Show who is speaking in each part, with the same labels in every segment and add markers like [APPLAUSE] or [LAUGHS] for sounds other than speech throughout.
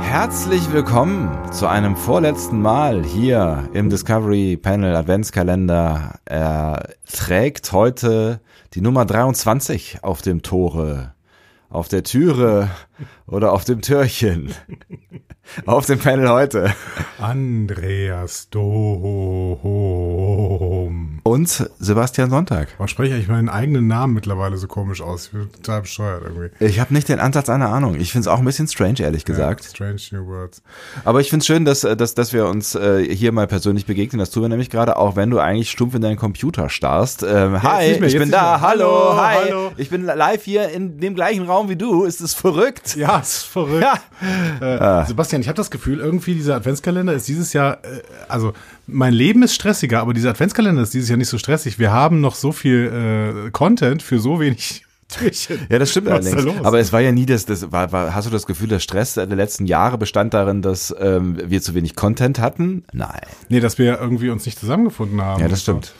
Speaker 1: Herzlich willkommen zu einem vorletzten Mal hier im Discovery Panel Adventskalender. Er trägt heute die Nummer 23 auf dem Tore, auf der Türe oder auf dem Türchen. Auf dem Panel heute.
Speaker 2: Andreas Dom.
Speaker 1: Und Sebastian Sonntag.
Speaker 2: Warum spreche ich eigentlich meinen eigenen Namen mittlerweile so komisch aus? Ich bin total bescheuert irgendwie.
Speaker 1: Ich habe nicht den Ansatz einer Ahnung. Ich finde es auch ein bisschen strange, ehrlich gesagt.
Speaker 2: Ja, strange New Words.
Speaker 1: Aber ich find's schön, dass, äh, dass, dass wir uns äh, hier mal persönlich begegnen. Das tun wir nämlich gerade, auch wenn du eigentlich stumpf in deinen Computer starrst. Ähm, hi,
Speaker 2: nicht mehr,
Speaker 1: ich
Speaker 2: jetzt
Speaker 1: bin
Speaker 2: nicht
Speaker 1: da.
Speaker 2: mehr.
Speaker 1: Hallo,
Speaker 2: Hallo,
Speaker 1: hi.
Speaker 2: hallo.
Speaker 1: Ich bin live hier in dem gleichen Raum wie du. Ist es verrückt?
Speaker 2: Ja, ist verrückt.
Speaker 1: Ja.
Speaker 2: Äh,
Speaker 1: Ah.
Speaker 2: Sebastian, ich habe das Gefühl, irgendwie dieser Adventskalender ist dieses Jahr, äh, also mein Leben ist stressiger, aber dieser Adventskalender ist dieses Jahr nicht so stressig. Wir haben noch so viel äh, Content für so wenig [LAUGHS] Türchen.
Speaker 1: [LAUGHS] Ja, das stimmt
Speaker 2: Was ist da
Speaker 1: allerdings.
Speaker 2: los?
Speaker 1: Aber es war ja nie das, das war, war, hast du das Gefühl, der Stress der letzten Jahre bestand darin, dass ähm, wir zu wenig Content hatten? Nein.
Speaker 2: nee, dass wir irgendwie uns nicht zusammengefunden haben.
Speaker 1: Ja, das stimmt.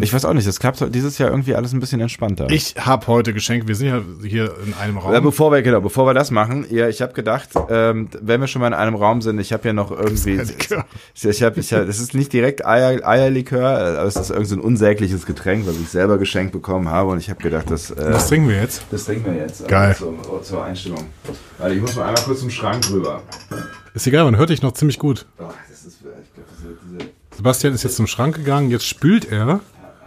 Speaker 1: Ich weiß auch nicht, das klappt dieses Jahr irgendwie alles ein bisschen entspannter.
Speaker 2: Ich habe heute Geschenke. Wir sind ja hier in einem Raum.
Speaker 1: Ja, bevor wir genau, bevor wir das machen, ja, ich habe gedacht, ähm, wenn wir schon mal in einem Raum sind, ich habe ja noch irgendwie,
Speaker 2: Likör.
Speaker 1: ich, ich habe, ich hab, es ist nicht direkt Eier, Eierlikör, äh, aber es ist irgendein so ein unsägliches Getränk, was ich selber geschenkt bekommen habe und ich habe gedacht, das, äh,
Speaker 2: Was trinken wir jetzt?
Speaker 1: das trinken wir jetzt äh,
Speaker 2: Geil.
Speaker 1: Zur, zur Einstellung. Warte, ich muss mal einmal kurz zum Schrank rüber.
Speaker 2: Ist egal, man hört dich noch ziemlich gut.
Speaker 1: Oh, das ist, ich glaube, das wird diese,
Speaker 2: Sebastian ist jetzt zum Schrank gegangen, jetzt spült er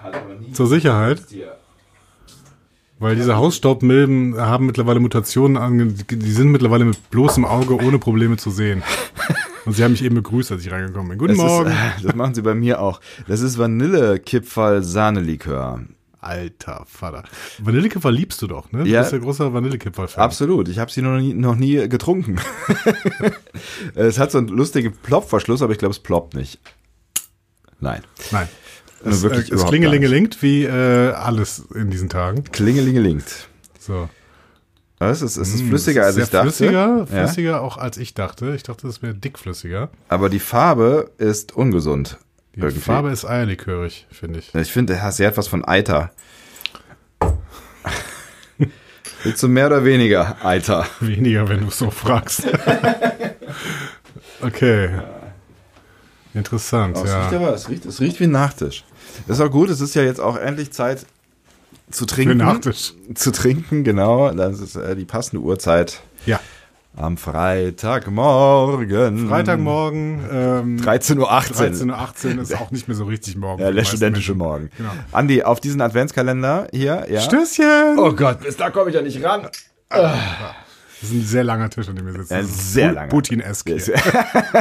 Speaker 1: hat aber nie
Speaker 2: zur Sicherheit,
Speaker 1: hier.
Speaker 2: weil diese Hausstaubmilben haben mittlerweile Mutationen ange die sind mittlerweile mit bloßem Auge ohne Probleme zu sehen. Und sie haben mich eben begrüßt, als ich reingekommen bin. Guten
Speaker 1: Das, ist,
Speaker 2: Morgen.
Speaker 1: äh, [LAUGHS] das machen sie bei mir auch. Das ist Vanille-Kipferl-Sahnelikör.
Speaker 2: Alter Vater. Vanillekipferl liebst du doch, ne?
Speaker 1: Ja.
Speaker 2: Du bist ja großer Vanillekipferl-Fan.
Speaker 1: Absolut, ich habe sie noch nie, noch nie getrunken. [LAUGHS] es hat so einen lustigen Plopverschluss, aber ich glaube, es ploppt nicht. Nein.
Speaker 2: Nein.
Speaker 1: Nur
Speaker 2: Es,
Speaker 1: wirklich
Speaker 2: äh, es
Speaker 1: überhaupt
Speaker 2: klingelingelingt wie äh, alles in diesen Tagen.
Speaker 1: Klingelingelingt.
Speaker 2: So.
Speaker 1: Es ist, es ist
Speaker 2: Hm,
Speaker 1: flüssiger, als
Speaker 2: es ist
Speaker 1: ich
Speaker 2: sehr
Speaker 1: dachte.
Speaker 2: Flüssiger,
Speaker 1: Ja.
Speaker 2: flüssiger auch als ich dachte. Ich dachte, es wäre dickflüssiger.
Speaker 1: Aber die Farbe ist ungesund.
Speaker 2: Die
Speaker 1: irgendwie.
Speaker 2: Farbe ist eierlikörig, finde ich.
Speaker 1: Ich finde, er- sie hat was von Eiter. [LAUGHS] Willst du mehr oder weniger Eiter?
Speaker 2: Weniger, wenn
Speaker 1: [LAUGHS]
Speaker 2: du es so fragst. okay. Interessant,
Speaker 1: Oh, es, riecht
Speaker 2: ja.
Speaker 1: aber, es, riecht, es riecht wie ein Nachtisch. Das ist auch gut, es ist ja jetzt auch endlich Zeit zu trinken.
Speaker 2: Für Nachtisch.
Speaker 1: zu trinken, genau. Das ist äh, die passende Uhrzeit
Speaker 2: Ja.
Speaker 1: am Freitagmorgen. Hm.
Speaker 2: Freitagmorgen, ähm,
Speaker 1: 13.18 Uhr.
Speaker 2: 13.18 Uhr ist auch nicht mehr so richtig morgen.
Speaker 1: Ja,
Speaker 2: für die
Speaker 1: der
Speaker 2: meisten
Speaker 1: studentische
Speaker 2: Menschen.
Speaker 1: Morgen.
Speaker 2: Genau.
Speaker 1: Andi, auf diesen Adventskalender hier, ja.
Speaker 2: Stößchen!
Speaker 1: Oh Gott, bis da komme ich ja nicht ran.
Speaker 2: Das ist ein sehr langer Tisch, an dem wir sitzen.
Speaker 1: Ja,
Speaker 2: Das ist
Speaker 1: sehr
Speaker 2: Pu-
Speaker 1: langer.
Speaker 2: Putin-esque. hier.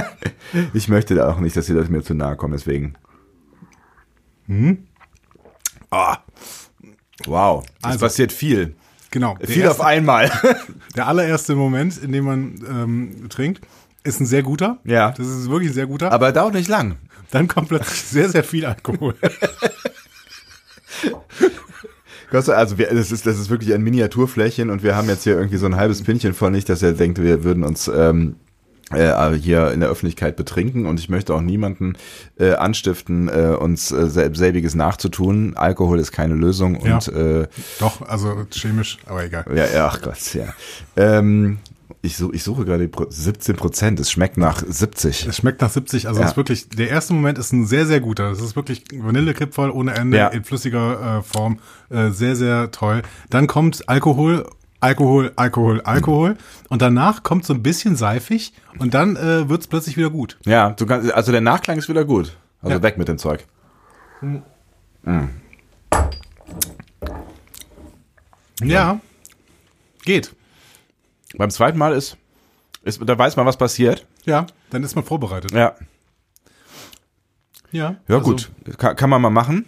Speaker 1: [LAUGHS] Ich möchte da auch nicht, dass die Leute mir zu nahe kommen, deswegen. Hm?
Speaker 2: Ah,
Speaker 1: Wow, es
Speaker 2: Also.
Speaker 1: passiert viel.
Speaker 2: genau. Der,
Speaker 1: viel
Speaker 2: erste,
Speaker 1: auf einmal.
Speaker 2: der allererste Moment, in dem man ähm, trinkt, ist ein sehr guter.
Speaker 1: Ja.
Speaker 2: Das ist wirklich ein sehr guter.
Speaker 1: Aber dauert nicht lang.
Speaker 2: Dann kommt plötzlich sehr, sehr
Speaker 1: [LAUGHS]
Speaker 2: viel Alkohol.
Speaker 1: Gott sei Dank, Also wir, das, ist, das ist wirklich ein Miniaturflächen und wir haben jetzt hier irgendwie so ein halbes Pinchen von nicht, dass er denkt, wir würden uns ähm, äh, hier in der Öffentlichkeit betrinken und ich möchte auch niemanden äh, anstiften, äh, uns äh, sel- selbiges nachzutun. Alkohol ist keine Lösung
Speaker 2: Ja.
Speaker 1: und äh,
Speaker 2: Doch, also chemisch, aber egal.
Speaker 1: ja, ja, ach Gott, ja. Ähm, ich, such, ich suche gerade die Pro- 17 Prozent, es schmeckt nach 70.
Speaker 2: Es schmeckt nach 70, also
Speaker 1: Ja.
Speaker 2: es ist wirklich, der erste Moment ist ein sehr, sehr guter. Das ist wirklich Vanillekipferl ohne Ende,
Speaker 1: Ja.
Speaker 2: in flüssiger äh, Form, äh, sehr, sehr toll. Dann kommt Alkohol, Alkohol, Alkohol, Alkohol und danach kommt so ein bisschen seifig und dann äh, wird's plötzlich wieder gut.
Speaker 1: Ja, du kannst, also der Nachklang ist wieder gut. Also weg mit dem Zeug.
Speaker 2: Ja, geht.
Speaker 1: Beim zweiten Mal ist, ist da weiß man, was passiert.
Speaker 2: Ja, dann ist man vorbereitet.
Speaker 1: Ja,
Speaker 2: Ja,
Speaker 1: Ja,
Speaker 2: also,
Speaker 1: Also gut. Kann, kann man mal machen.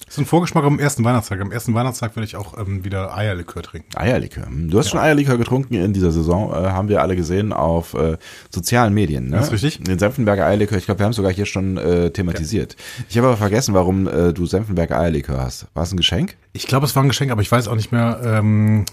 Speaker 1: Ist
Speaker 2: Also, ist ein Vorgeschmack am ersten Weihnachtstag. Am ersten Weihnachtstag werde ich auch ähm, wieder Eierlikör trinken.
Speaker 1: Eierlikör. Hm, Du hast schon Eierlikör getrunken in dieser Saison, äh, haben wir alle gesehen auf äh, sozialen Medien. Ne?
Speaker 2: Das ist richtig.
Speaker 1: Den Senfenberger Eierlikör, ich glaube, wir haben es sogar hier schon äh, thematisiert. Ich habe aber vergessen, warum äh, du Senfenberger Eierlikör hast. War es ein Geschenk?
Speaker 2: Ich glaube, es war ein Geschenk, aber ich weiß auch nicht mehr, ähm,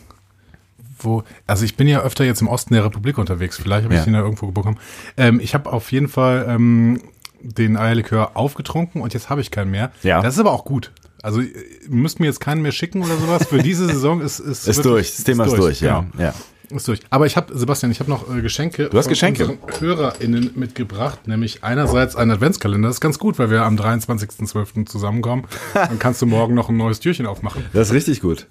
Speaker 2: wo. Also ich bin ja öfter jetzt im Osten der Republik unterwegs. Vielleicht habe ich
Speaker 1: Ja.
Speaker 2: den ja irgendwo bekommen. Ähm, ich habe auf jeden Fall ähm, den Eierlikör aufgetrunken und jetzt habe ich keinen mehr.
Speaker 1: Ja.
Speaker 2: Das ist aber auch gut. Also ihr müsst mir jetzt keinen mehr schicken oder sowas. Für
Speaker 1: [LAUGHS]
Speaker 2: diese Saison ist ist,
Speaker 1: Ist
Speaker 2: wirklich-
Speaker 1: durch, das Thema ist durch, genau. ja. ja.
Speaker 2: Ist durch. Aber ich habe, Sebastian, ich habe noch äh, Geschenke.
Speaker 1: Du hast Geschenke?
Speaker 2: unseren HörerInnen mitgebracht, nämlich einerseits einen Adventskalender. Das ist ganz gut, weil wir am
Speaker 1: [LAUGHS]
Speaker 2: 23.12. zusammenkommen. Dann kannst du morgen noch ein neues Türchen aufmachen.
Speaker 1: Das ist richtig gut.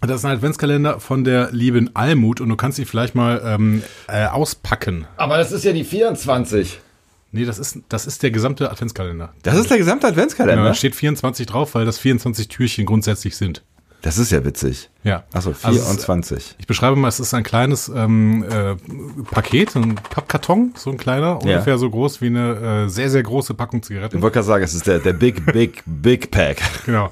Speaker 2: Das ist ein Adventskalender von der lieben Almut und du kannst ihn vielleicht mal ähm, äh, auspacken.
Speaker 3: Aber das ist ja die 24.
Speaker 2: Nee, das ist, das ist der gesamte Adventskalender.
Speaker 1: Das ist der gesamte
Speaker 2: Ja,
Speaker 1: Adventskalender.
Speaker 2: da steht 24 drauf, weil das 24 Türchen grundsätzlich sind.
Speaker 1: Das ist ja witzig.
Speaker 2: Ja.
Speaker 1: Achso,
Speaker 2: Also es ist-
Speaker 1: 24.
Speaker 2: Ich beschreibe mal, es ist ein kleines ähm, äh, Paket, ein Pappkarton, so ein kleiner,
Speaker 1: Ja.
Speaker 2: ungefähr so groß wie eine äh, sehr, sehr große Packung
Speaker 1: Ich
Speaker 2: Zigaretten.
Speaker 1: wollte gerade sagen, es ist der, der Big, Big, Big Pack.
Speaker 2: Genau.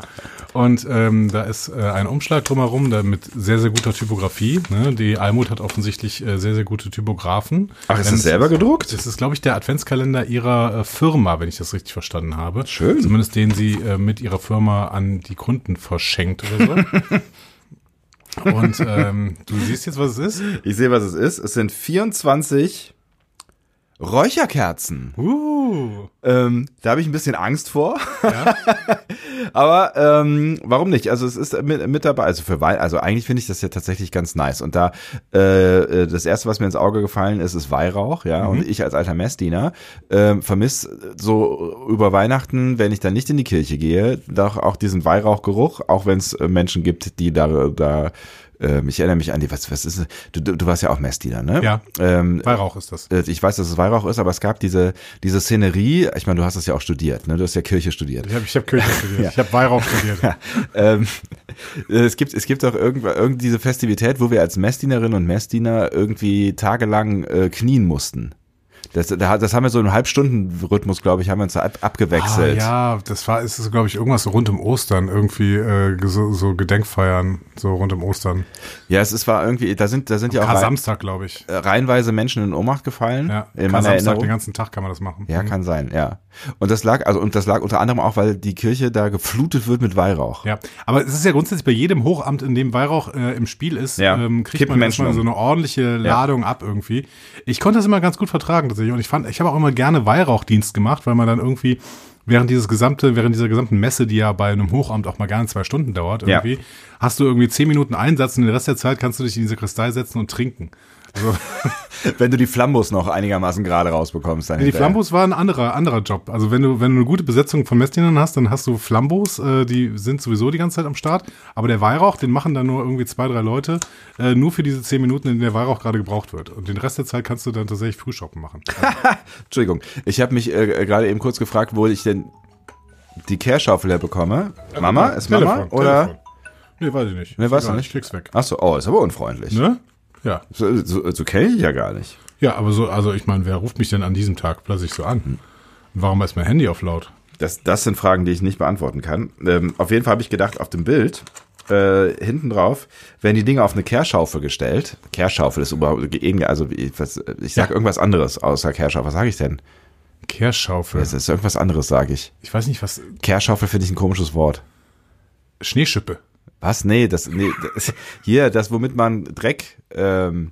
Speaker 2: Und ähm, da ist äh, ein Umschlag drumherum, der mit sehr, sehr guter Typografie. Ne? Die Almut hat offensichtlich äh, sehr, sehr gute Typografen. Ähm,
Speaker 1: Ach, ist
Speaker 2: Wenn
Speaker 1: das selber gedruckt?
Speaker 2: Das ist, glaube ich, der Adventskalender ihrer äh, Firma, wenn ich das richtig verstanden habe.
Speaker 1: Schön.
Speaker 2: Zumindest den sie äh, mit ihrer Firma an die Kunden verschenkt oder
Speaker 1: [LAUGHS]
Speaker 2: so. Und ähm, du siehst jetzt, was es ist?
Speaker 1: Ich sehe, was es ist. Es sind 24 Räucherkerzen.
Speaker 2: Uh.
Speaker 1: Ähm, da habe ich ein bisschen Angst vor. [LAUGHS] Aber ähm, warum nicht? Also es ist mit, mit dabei. Also für Wei also eigentlich finde ich das ja tatsächlich ganz nice. Und da äh, äh, das erste, was mir ins Auge gefallen ist, ist Weihrauch, ja. Und ich als alter Messdiener ähm, vermisse so über Weihnachten, wenn ich dann nicht in die Kirche gehe, doch auch diesen Weihrauchgeruch, auch wenn es äh, Menschen gibt, die da da äh, ich erinnere mich an die, was, was ist, du, du du warst ja auch Messdiener, ne?
Speaker 2: Ja.
Speaker 1: Ähm,
Speaker 2: Weihrauch ist das.
Speaker 1: äh, ich weiß, dass es Weihrauch ist, aber es gab diese, diese Szenerie, ich meine, du hast es ja auch studiert, ne? Du hast ja Kirche studiert.
Speaker 2: Ich habe ich hab Kirche studiert. Ich habe Weihrauch studiert.
Speaker 1: [LAUGHS] ähm, äh, es gibt, es gibt auch irgendwann irgend diese Festivität, wo wir als Messdienerinnen und Messdiener irgendwie tagelang äh, knien mussten. Das, da- das haben wir so im Halbstunden-Rhythmus, glaube ich, haben wir uns da ab,
Speaker 2: Ah,
Speaker 1: abgewechselt.
Speaker 2: ja, das war, es ist, glaube ich, irgendwas so rund um Ostern, irgendwie äh, so, so Gedenkfeiern, so rund um Ostern.
Speaker 1: ja, es ist, war irgendwie, da sind, da sind ja auch
Speaker 2: Kar
Speaker 1: rein,
Speaker 2: Samstag, glaube ich.
Speaker 1: äh, reihenweise Menschen in Ohnmacht gefallen.
Speaker 2: Ja,
Speaker 1: in meiner
Speaker 2: Kar Samstag,
Speaker 1: Erinnerung.
Speaker 2: den ganzen Tag kann man das machen.
Speaker 1: Ja, kann sein, ja. Und das lag, also, und das lag unter anderem auch, weil die Kirche da geflutet wird mit Weihrauch.
Speaker 2: Ja, aber es ist ja grundsätzlich bei jedem Hochamt, in dem Weihrauch äh, im Spiel ist,
Speaker 1: Ja.
Speaker 2: ähm, kriegt
Speaker 1: Kippen
Speaker 2: man
Speaker 1: Menschen
Speaker 2: erstmal
Speaker 1: um.
Speaker 2: so eine ordentliche Ladung ab irgendwie. Ich konnte das immer ganz gut vertragen tatsächlich und ich fand, ich habe auch immer gerne Weihrauchdienst gemacht, weil man dann irgendwie während dieses gesamte, während dieser gesamten Messe, die ja bei einem Hochamt auch mal gerne zwei Stunden dauert
Speaker 1: Ja.
Speaker 2: irgendwie, hast du irgendwie zehn Minuten Einsatz und den Rest der Zeit kannst du dich in diese Kristall setzen und trinken. Also,
Speaker 1: Wenn du die Flambos noch einigermaßen gerade rausbekommst, dann
Speaker 2: die
Speaker 1: hinterher.
Speaker 2: Flambos war ein anderer, anderer Job. Also wenn du, wenn du eine gute Besetzung von Messdienern hast, dann hast du Flambos, äh, die sind sowieso die ganze Zeit am Start. Aber der Weihrauch, den machen dann nur irgendwie zwei, drei Leute, äh, nur für diese zehn Minuten, in denen der Weihrauch gerade gebraucht wird. Und den Rest der Zeit kannst du dann tatsächlich Frühshoppen machen.
Speaker 1: Entschuldigung, ich habe mich äh, gerade eben kurz gefragt, wo ich denn die Kehrschaufel herbekomme. Mama? Ist Mama? oder?
Speaker 2: Telefon. Nee, weiß ich nicht.
Speaker 1: Ne, weißt du
Speaker 2: Egal,
Speaker 1: nicht?
Speaker 2: Ich klick's weg.
Speaker 1: Ach so, oh, ist aber unfreundlich.
Speaker 2: Ne? Ja.
Speaker 1: So, so, so kenne ich ja gar nicht.
Speaker 2: Ja, aber so, also ich meine, wer ruft mich denn an diesem Tag? Lass ich so an. Warum ist mein Handy auf laut?
Speaker 1: Das, das sind Fragen, die ich nicht beantworten kann. Ähm, auf jeden Fall habe ich gedacht, auf dem Bild, äh, hinten drauf, werden die Dinge auf eine Kehrschaufel gestellt. Kehrschaufel ist überhaupt, irgendwie- also wie- was, ich sage
Speaker 2: Ja.
Speaker 1: irgendwas anderes außer Kehrschaufel. Was sage ich denn?
Speaker 2: Kehrschaufel.
Speaker 1: Es ist irgendwas anderes, sage ich.
Speaker 2: Ich weiß nicht, was.
Speaker 1: Kehrschaufel finde ich ein komisches Wort.
Speaker 2: Schneeschippe.
Speaker 1: Was? Nee, das, nee, das, hier, das, womit man Dreck, ähm,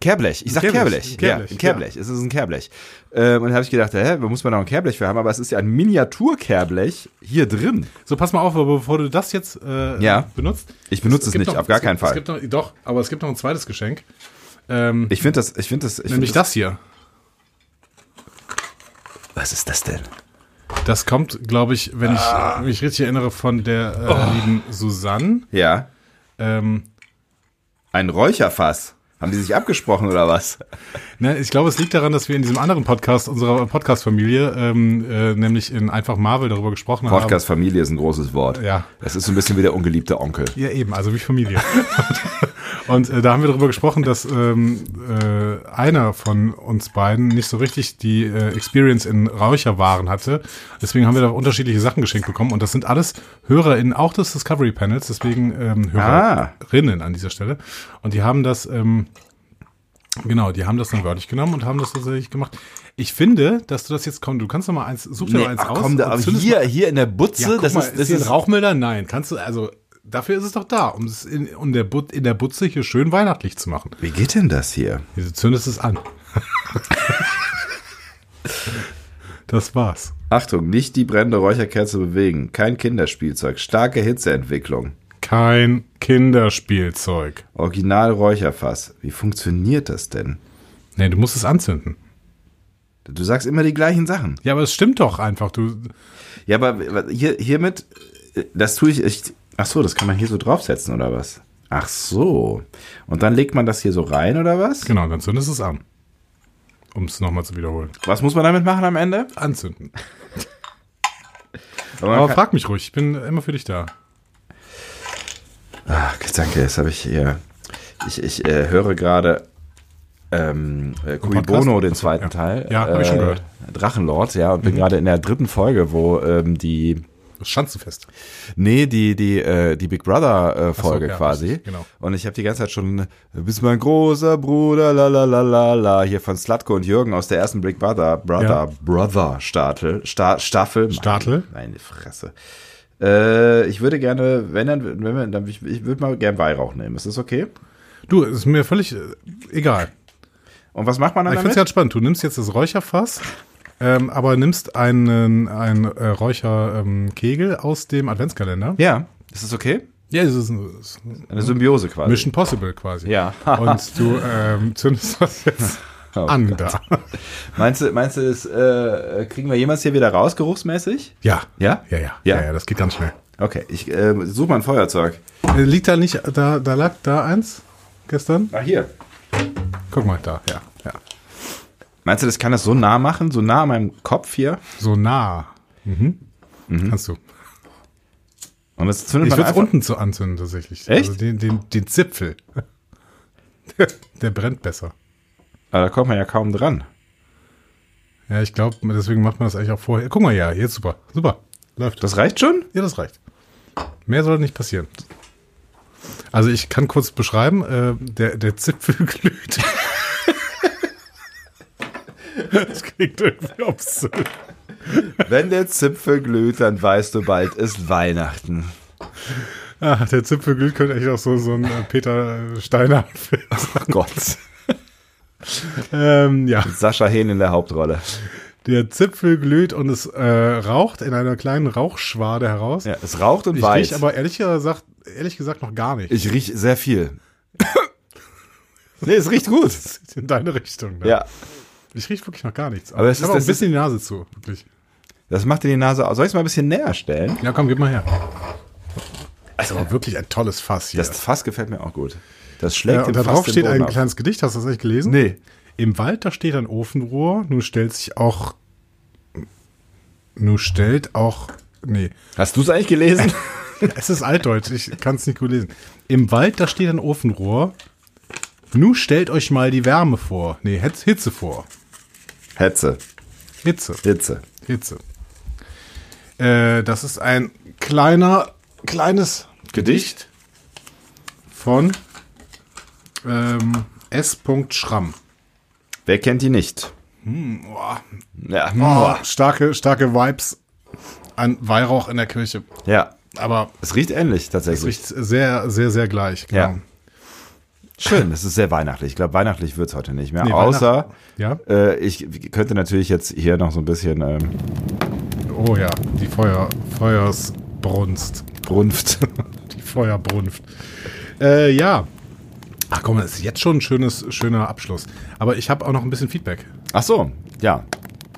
Speaker 1: Kehrblech. Ich sag Kehrblech.
Speaker 2: Kehrblech,
Speaker 1: Ja, ein
Speaker 2: Kehrblech,
Speaker 1: Kehrblech. Es ist ein Kehrblech. Ähm, und da habe ich gedacht, hä, wo muss man noch ein Kehrblech für haben? Aber es ist ja ein Miniatur-Kehrblech hier drin.
Speaker 2: So, pass mal auf, aber bevor du das jetzt äh,
Speaker 1: Ja.
Speaker 2: benutzt.
Speaker 1: Ich benutze es
Speaker 2: gibt
Speaker 1: nicht,
Speaker 2: noch,
Speaker 1: auf gar keinen
Speaker 2: gibt,
Speaker 1: Fall.
Speaker 2: Es gibt noch, doch, aber es gibt noch ein zweites Geschenk. Ähm,
Speaker 1: Ich finde das, ich finde das, ich find
Speaker 2: nämlich das hier.
Speaker 1: Was ist das denn?
Speaker 2: Das kommt, glaube ich, wenn
Speaker 1: Ah.
Speaker 2: ich mich richtig erinnere, von der äh,
Speaker 1: Oh.
Speaker 2: lieben Susanne.
Speaker 1: Ja,
Speaker 2: Ähm,
Speaker 1: ein Räucherfass. Haben die sich abgesprochen oder was?
Speaker 2: ne, ich glaube, es liegt daran, dass wir in diesem anderen Podcast unserer Podcast-Familie, ähm, äh, nämlich in Einfach Marvel, darüber gesprochen haben.
Speaker 1: Podcast-Familie ist ein großes Wort.
Speaker 2: Ja.
Speaker 1: Das ist so ein bisschen wie der ungeliebte Onkel.
Speaker 2: Ja, eben, also wie Familie. [LAUGHS] Und äh, da haben wir darüber gesprochen, dass ähm, äh, einer von uns beiden nicht so richtig die äh, Experience in Räucherwaren hatte. Deswegen haben wir da unterschiedliche Sachen geschenkt bekommen. Und das sind alles HörerInnen auch des Discovery Panels, deswegen ähm,
Speaker 1: Ah.
Speaker 2: Hörerinnen an dieser Stelle. Und die haben das, ähm, genau, die haben das dann wörtlich genommen und haben das tatsächlich gemacht. Ich finde, dass du das jetzt komm, du kannst noch mal eins, such dir
Speaker 1: Nee,
Speaker 2: mal eins
Speaker 1: ach,
Speaker 2: aus.
Speaker 1: komm, da,
Speaker 2: und
Speaker 1: aber
Speaker 2: zündest
Speaker 1: hier, hier in der Butze,
Speaker 2: ja, guck
Speaker 1: das
Speaker 2: mal,
Speaker 1: ist, das
Speaker 2: hier
Speaker 1: ist
Speaker 2: ein Rauchmelder? Nein, kannst du, also dafür ist es doch da, um es in, um der, But, in der Butze hier schön weihnachtlich zu machen.
Speaker 1: Wie geht denn das hier?
Speaker 2: Hier zündest es an. [LAUGHS] das war's.
Speaker 1: Achtung, nicht die brennende Räucherkerze bewegen. Kein Kinderspielzeug. Starke Hitzeentwicklung.
Speaker 2: Kein Kinderspielzeug.
Speaker 1: Original Räucherfass. Wie funktioniert das denn?
Speaker 2: Nee, du musst es anzünden.
Speaker 1: Du sagst immer die gleichen Sachen.
Speaker 2: Ja, aber es stimmt doch einfach. Du,
Speaker 1: Ja, aber hier, hiermit, äh, das tue ich. ich ach so, das kann man hier so draufsetzen oder was? Ach so. Und dann legt man das hier so rein oder was?
Speaker 2: genau, dann zündest du es an. Um es nochmal zu wiederholen.
Speaker 1: Was muss man damit machen am Ende?
Speaker 2: Anzünden.
Speaker 1: Aber man
Speaker 2: Aber
Speaker 1: kann-
Speaker 2: frag mich ruhig, ich bin immer für dich da.
Speaker 1: Ach, danke, das habe ich hier. Ich, ich äh, höre gerade ähm, äh, Cui
Speaker 2: Podcast?
Speaker 1: Bono, den
Speaker 2: Achso,
Speaker 1: zweiten
Speaker 2: ja.
Speaker 1: Teil.
Speaker 2: Ja, hab
Speaker 1: äh,
Speaker 2: ich schon gehört. Mhm.
Speaker 1: Drachenlord, ja, und bin gerade in der dritten Folge, wo ähm, die
Speaker 2: Das schanzt du fest.
Speaker 1: Nee, die, die, äh, die Big Brother äh, Folge
Speaker 2: ja,
Speaker 1: quasi.
Speaker 2: richtig, genau.
Speaker 1: Und ich habe die ganze Zeit schon, du bist mein großer Bruder, la la la la la, hier von Slatko und Jürgen aus der ersten Big Brother, Brother,
Speaker 2: Ja.
Speaker 1: Brother Statel, Sta Staffel.
Speaker 2: Statel?
Speaker 1: Meine Fresse. Äh, ich würde gerne, wenn dann, wenn wir, dann, ich, ich würde mal gern Weihrauch nehmen. Ist das okay?
Speaker 2: Du, ist mir völlig äh, egal.
Speaker 1: Und was macht man dann
Speaker 2: Ich finde es
Speaker 1: damit?
Speaker 2: ganz spannend. Du nimmst jetzt das Räucherfass, ähm, aber nimmst einen, einen äh, Räucherkegel ähm, Kegel aus dem Adventskalender.
Speaker 1: ja, ist das okay?
Speaker 2: Ja, es ist, ein, es ist ein
Speaker 1: Eine Symbiose quasi.
Speaker 2: Mission Possible quasi.
Speaker 1: Ja. [LAUGHS]
Speaker 2: Und du ähm, zündest das jetzt
Speaker 1: Oh
Speaker 2: an da.
Speaker 1: Meinst du, meinst du, das äh, kriegen wir jemals hier wieder raus, geruchsmäßig?
Speaker 2: Ja.
Speaker 1: Ja?
Speaker 2: Ja, ja.
Speaker 1: Ja.
Speaker 2: Ja, ja, das geht ganz schnell.
Speaker 1: Okay, ich äh, suche mal ein Feuerzeug.
Speaker 2: Äh, Liegt da nicht, da, da lag da eins gestern?
Speaker 1: Ah, hier.
Speaker 2: Guck mal, da, ja. ja.
Speaker 1: Meinst du, das kann das so nah machen, so nah an meinem Kopf hier?
Speaker 2: So nah. Mhm. Kannst du.
Speaker 1: Und das zündet
Speaker 2: Ich
Speaker 1: man
Speaker 2: würde es
Speaker 1: einfach.
Speaker 2: unten zu anzünden tatsächlich.
Speaker 1: Echt?
Speaker 2: Also den, den, den Zipfel. [LAUGHS] Der, der brennt besser.
Speaker 1: Aber Ah, da kommt man ja kaum dran.
Speaker 2: Ja, ich glaube, deswegen macht man das eigentlich auch vorher. Guck mal, ja, jetzt super. Super. Läuft.
Speaker 1: Das reicht
Speaker 2: [LAUGHS]
Speaker 1: schon?
Speaker 2: ja, das reicht. Mehr soll nicht passieren. Also ich kann kurz beschreiben, äh, der, der Zipfel [LAUGHS] glüht. das klingt irgendwie obszön.
Speaker 1: Wenn der Zipfel glüht, dann weißt du bald, ist Weihnachten.
Speaker 2: Ah, der Zipfel glüht könnte eigentlich auch so, so ein äh, Peter Steiner Film.
Speaker 1: Ach Gott.
Speaker 2: [LAUGHS] ähm, ja.
Speaker 1: Sascha Hehn in der Hauptrolle.
Speaker 2: Der Zipfel glüht und es äh, raucht in einer kleinen Rauchschwade heraus.
Speaker 1: Ja, es raucht und
Speaker 2: ich
Speaker 1: weiß.
Speaker 2: riech aber ehrlich gesagt, ehrlich gesagt noch gar nicht.
Speaker 1: ich riech sehr viel. nee, es riecht gut.
Speaker 2: in deine Richtung. Ne?
Speaker 1: Ja.
Speaker 2: Ich rieche wirklich noch gar nichts.
Speaker 1: Aber es
Speaker 2: ich
Speaker 1: ist-
Speaker 2: habe auch
Speaker 1: das
Speaker 2: ein bisschen die Nase zu. Wirklich.
Speaker 1: Das macht dir die Nase aus. Soll ich es mal ein bisschen näher stellen?
Speaker 2: Ja, komm, gib mal her. Das ist aber wirklich ein tolles Fass hier.
Speaker 1: Also, Das Fass gefällt mir auch gut. Das schlägt
Speaker 2: ja, und
Speaker 1: dem
Speaker 2: da
Speaker 1: Fass
Speaker 2: drauf
Speaker 1: den
Speaker 2: steht
Speaker 1: Boden
Speaker 2: ein
Speaker 1: auf.
Speaker 2: kleines Gedicht. Hast du das eigentlich gelesen?
Speaker 1: Nee.
Speaker 2: Im Wald, da steht ein Ofenrohr. Nun stellt sich auch. Nun stellt auch. Nee.
Speaker 1: Hast du es eigentlich
Speaker 2: [LAUGHS]
Speaker 1: gelesen?
Speaker 2: Es ist altdeutsch, ich kann es nicht gut lesen. Im Wald, da steht ein Ofenrohr. Nu stellt euch mal die Wärme vor. Nee, Hetz- Hitze vor.
Speaker 1: Hetze.
Speaker 2: Hitze,
Speaker 1: Hitze.
Speaker 2: Hitze. Äh, das ist ein kleiner, kleines
Speaker 1: Gedicht?
Speaker 2: von ähm, S. Schramm.
Speaker 1: Wer kennt die nicht?
Speaker 2: Boah,
Speaker 1: Ja.
Speaker 2: boah, starke, starke Vibes an Weihrauch in der Kirche.
Speaker 1: Ja.
Speaker 2: Aber
Speaker 1: Es riecht ähnlich
Speaker 2: es
Speaker 1: tatsächlich.
Speaker 2: riecht sehr, sehr, sehr gleich.
Speaker 1: Ja. Schön, es ist sehr weihnachtlich. Ich glaube, weihnachtlich wird es heute nicht mehr.
Speaker 2: Nee,
Speaker 1: Außer,
Speaker 2: Weihnacht-
Speaker 1: äh, ich könnte natürlich jetzt hier noch so ein bisschen ähm,
Speaker 2: Oh ja, die Feuer, Feuersbrunst.
Speaker 1: Brunft. [LAUGHS]
Speaker 2: Die Feuerbrunft. Äh, ja. Ach komm, das ist jetzt schon ein schönes, schöner Abschluss. Aber ich habe auch noch ein bisschen Feedback.
Speaker 1: Ach so, ja.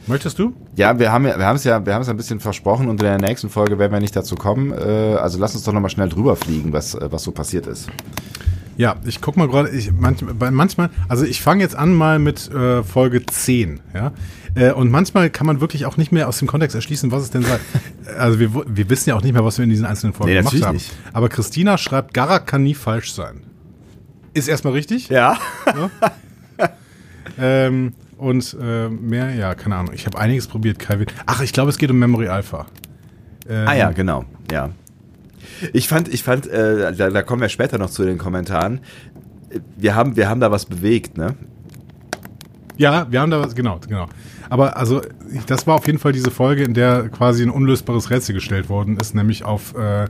Speaker 2: Möchtest du?
Speaker 1: Ja, wir haben ja, wir haben es ja, wir haben es ein bisschen versprochen und in der nächsten Folge werden wir nicht dazu kommen. Äh, also lass uns doch nochmal schnell drüber fliegen, was, äh, was so passiert ist.
Speaker 2: Ja, ich guck mal gerade, ich manch, bei- manchmal, also ich fange jetzt an mal mit äh, Folge 10, ja. Äh, und manchmal kann man wirklich auch nicht mehr aus dem Kontext erschließen, was es
Speaker 1: [LAUGHS]
Speaker 2: denn sei. also wir, wu- wir wissen ja auch nicht mehr, was wir in diesen einzelnen Folgen
Speaker 1: Nee,
Speaker 2: gemacht
Speaker 1: natürlich
Speaker 2: haben.
Speaker 1: nicht.
Speaker 2: Aber Christina schreibt, Garak kann nie falsch sein. Ist erstmal richtig.
Speaker 1: Ja.
Speaker 2: Ähm, und äh, mehr, ja, keine Ahnung. Ich habe einiges probiert, Calvin. Ach, ich glaube, es geht um Memory Alpha. Ähm,
Speaker 1: Ah ja, genau. Ja. Ich fand, ich fand, äh, da, da kommen wir später noch zu den Kommentaren. Wir haben, wir haben da was bewegt, ne?
Speaker 2: Ja, wir haben da was, genau, genau. Aber also, ich- das war auf jeden Fall diese Folge, in der quasi ein unlösbares Rätsel gestellt worden ist, nämlich auf äh,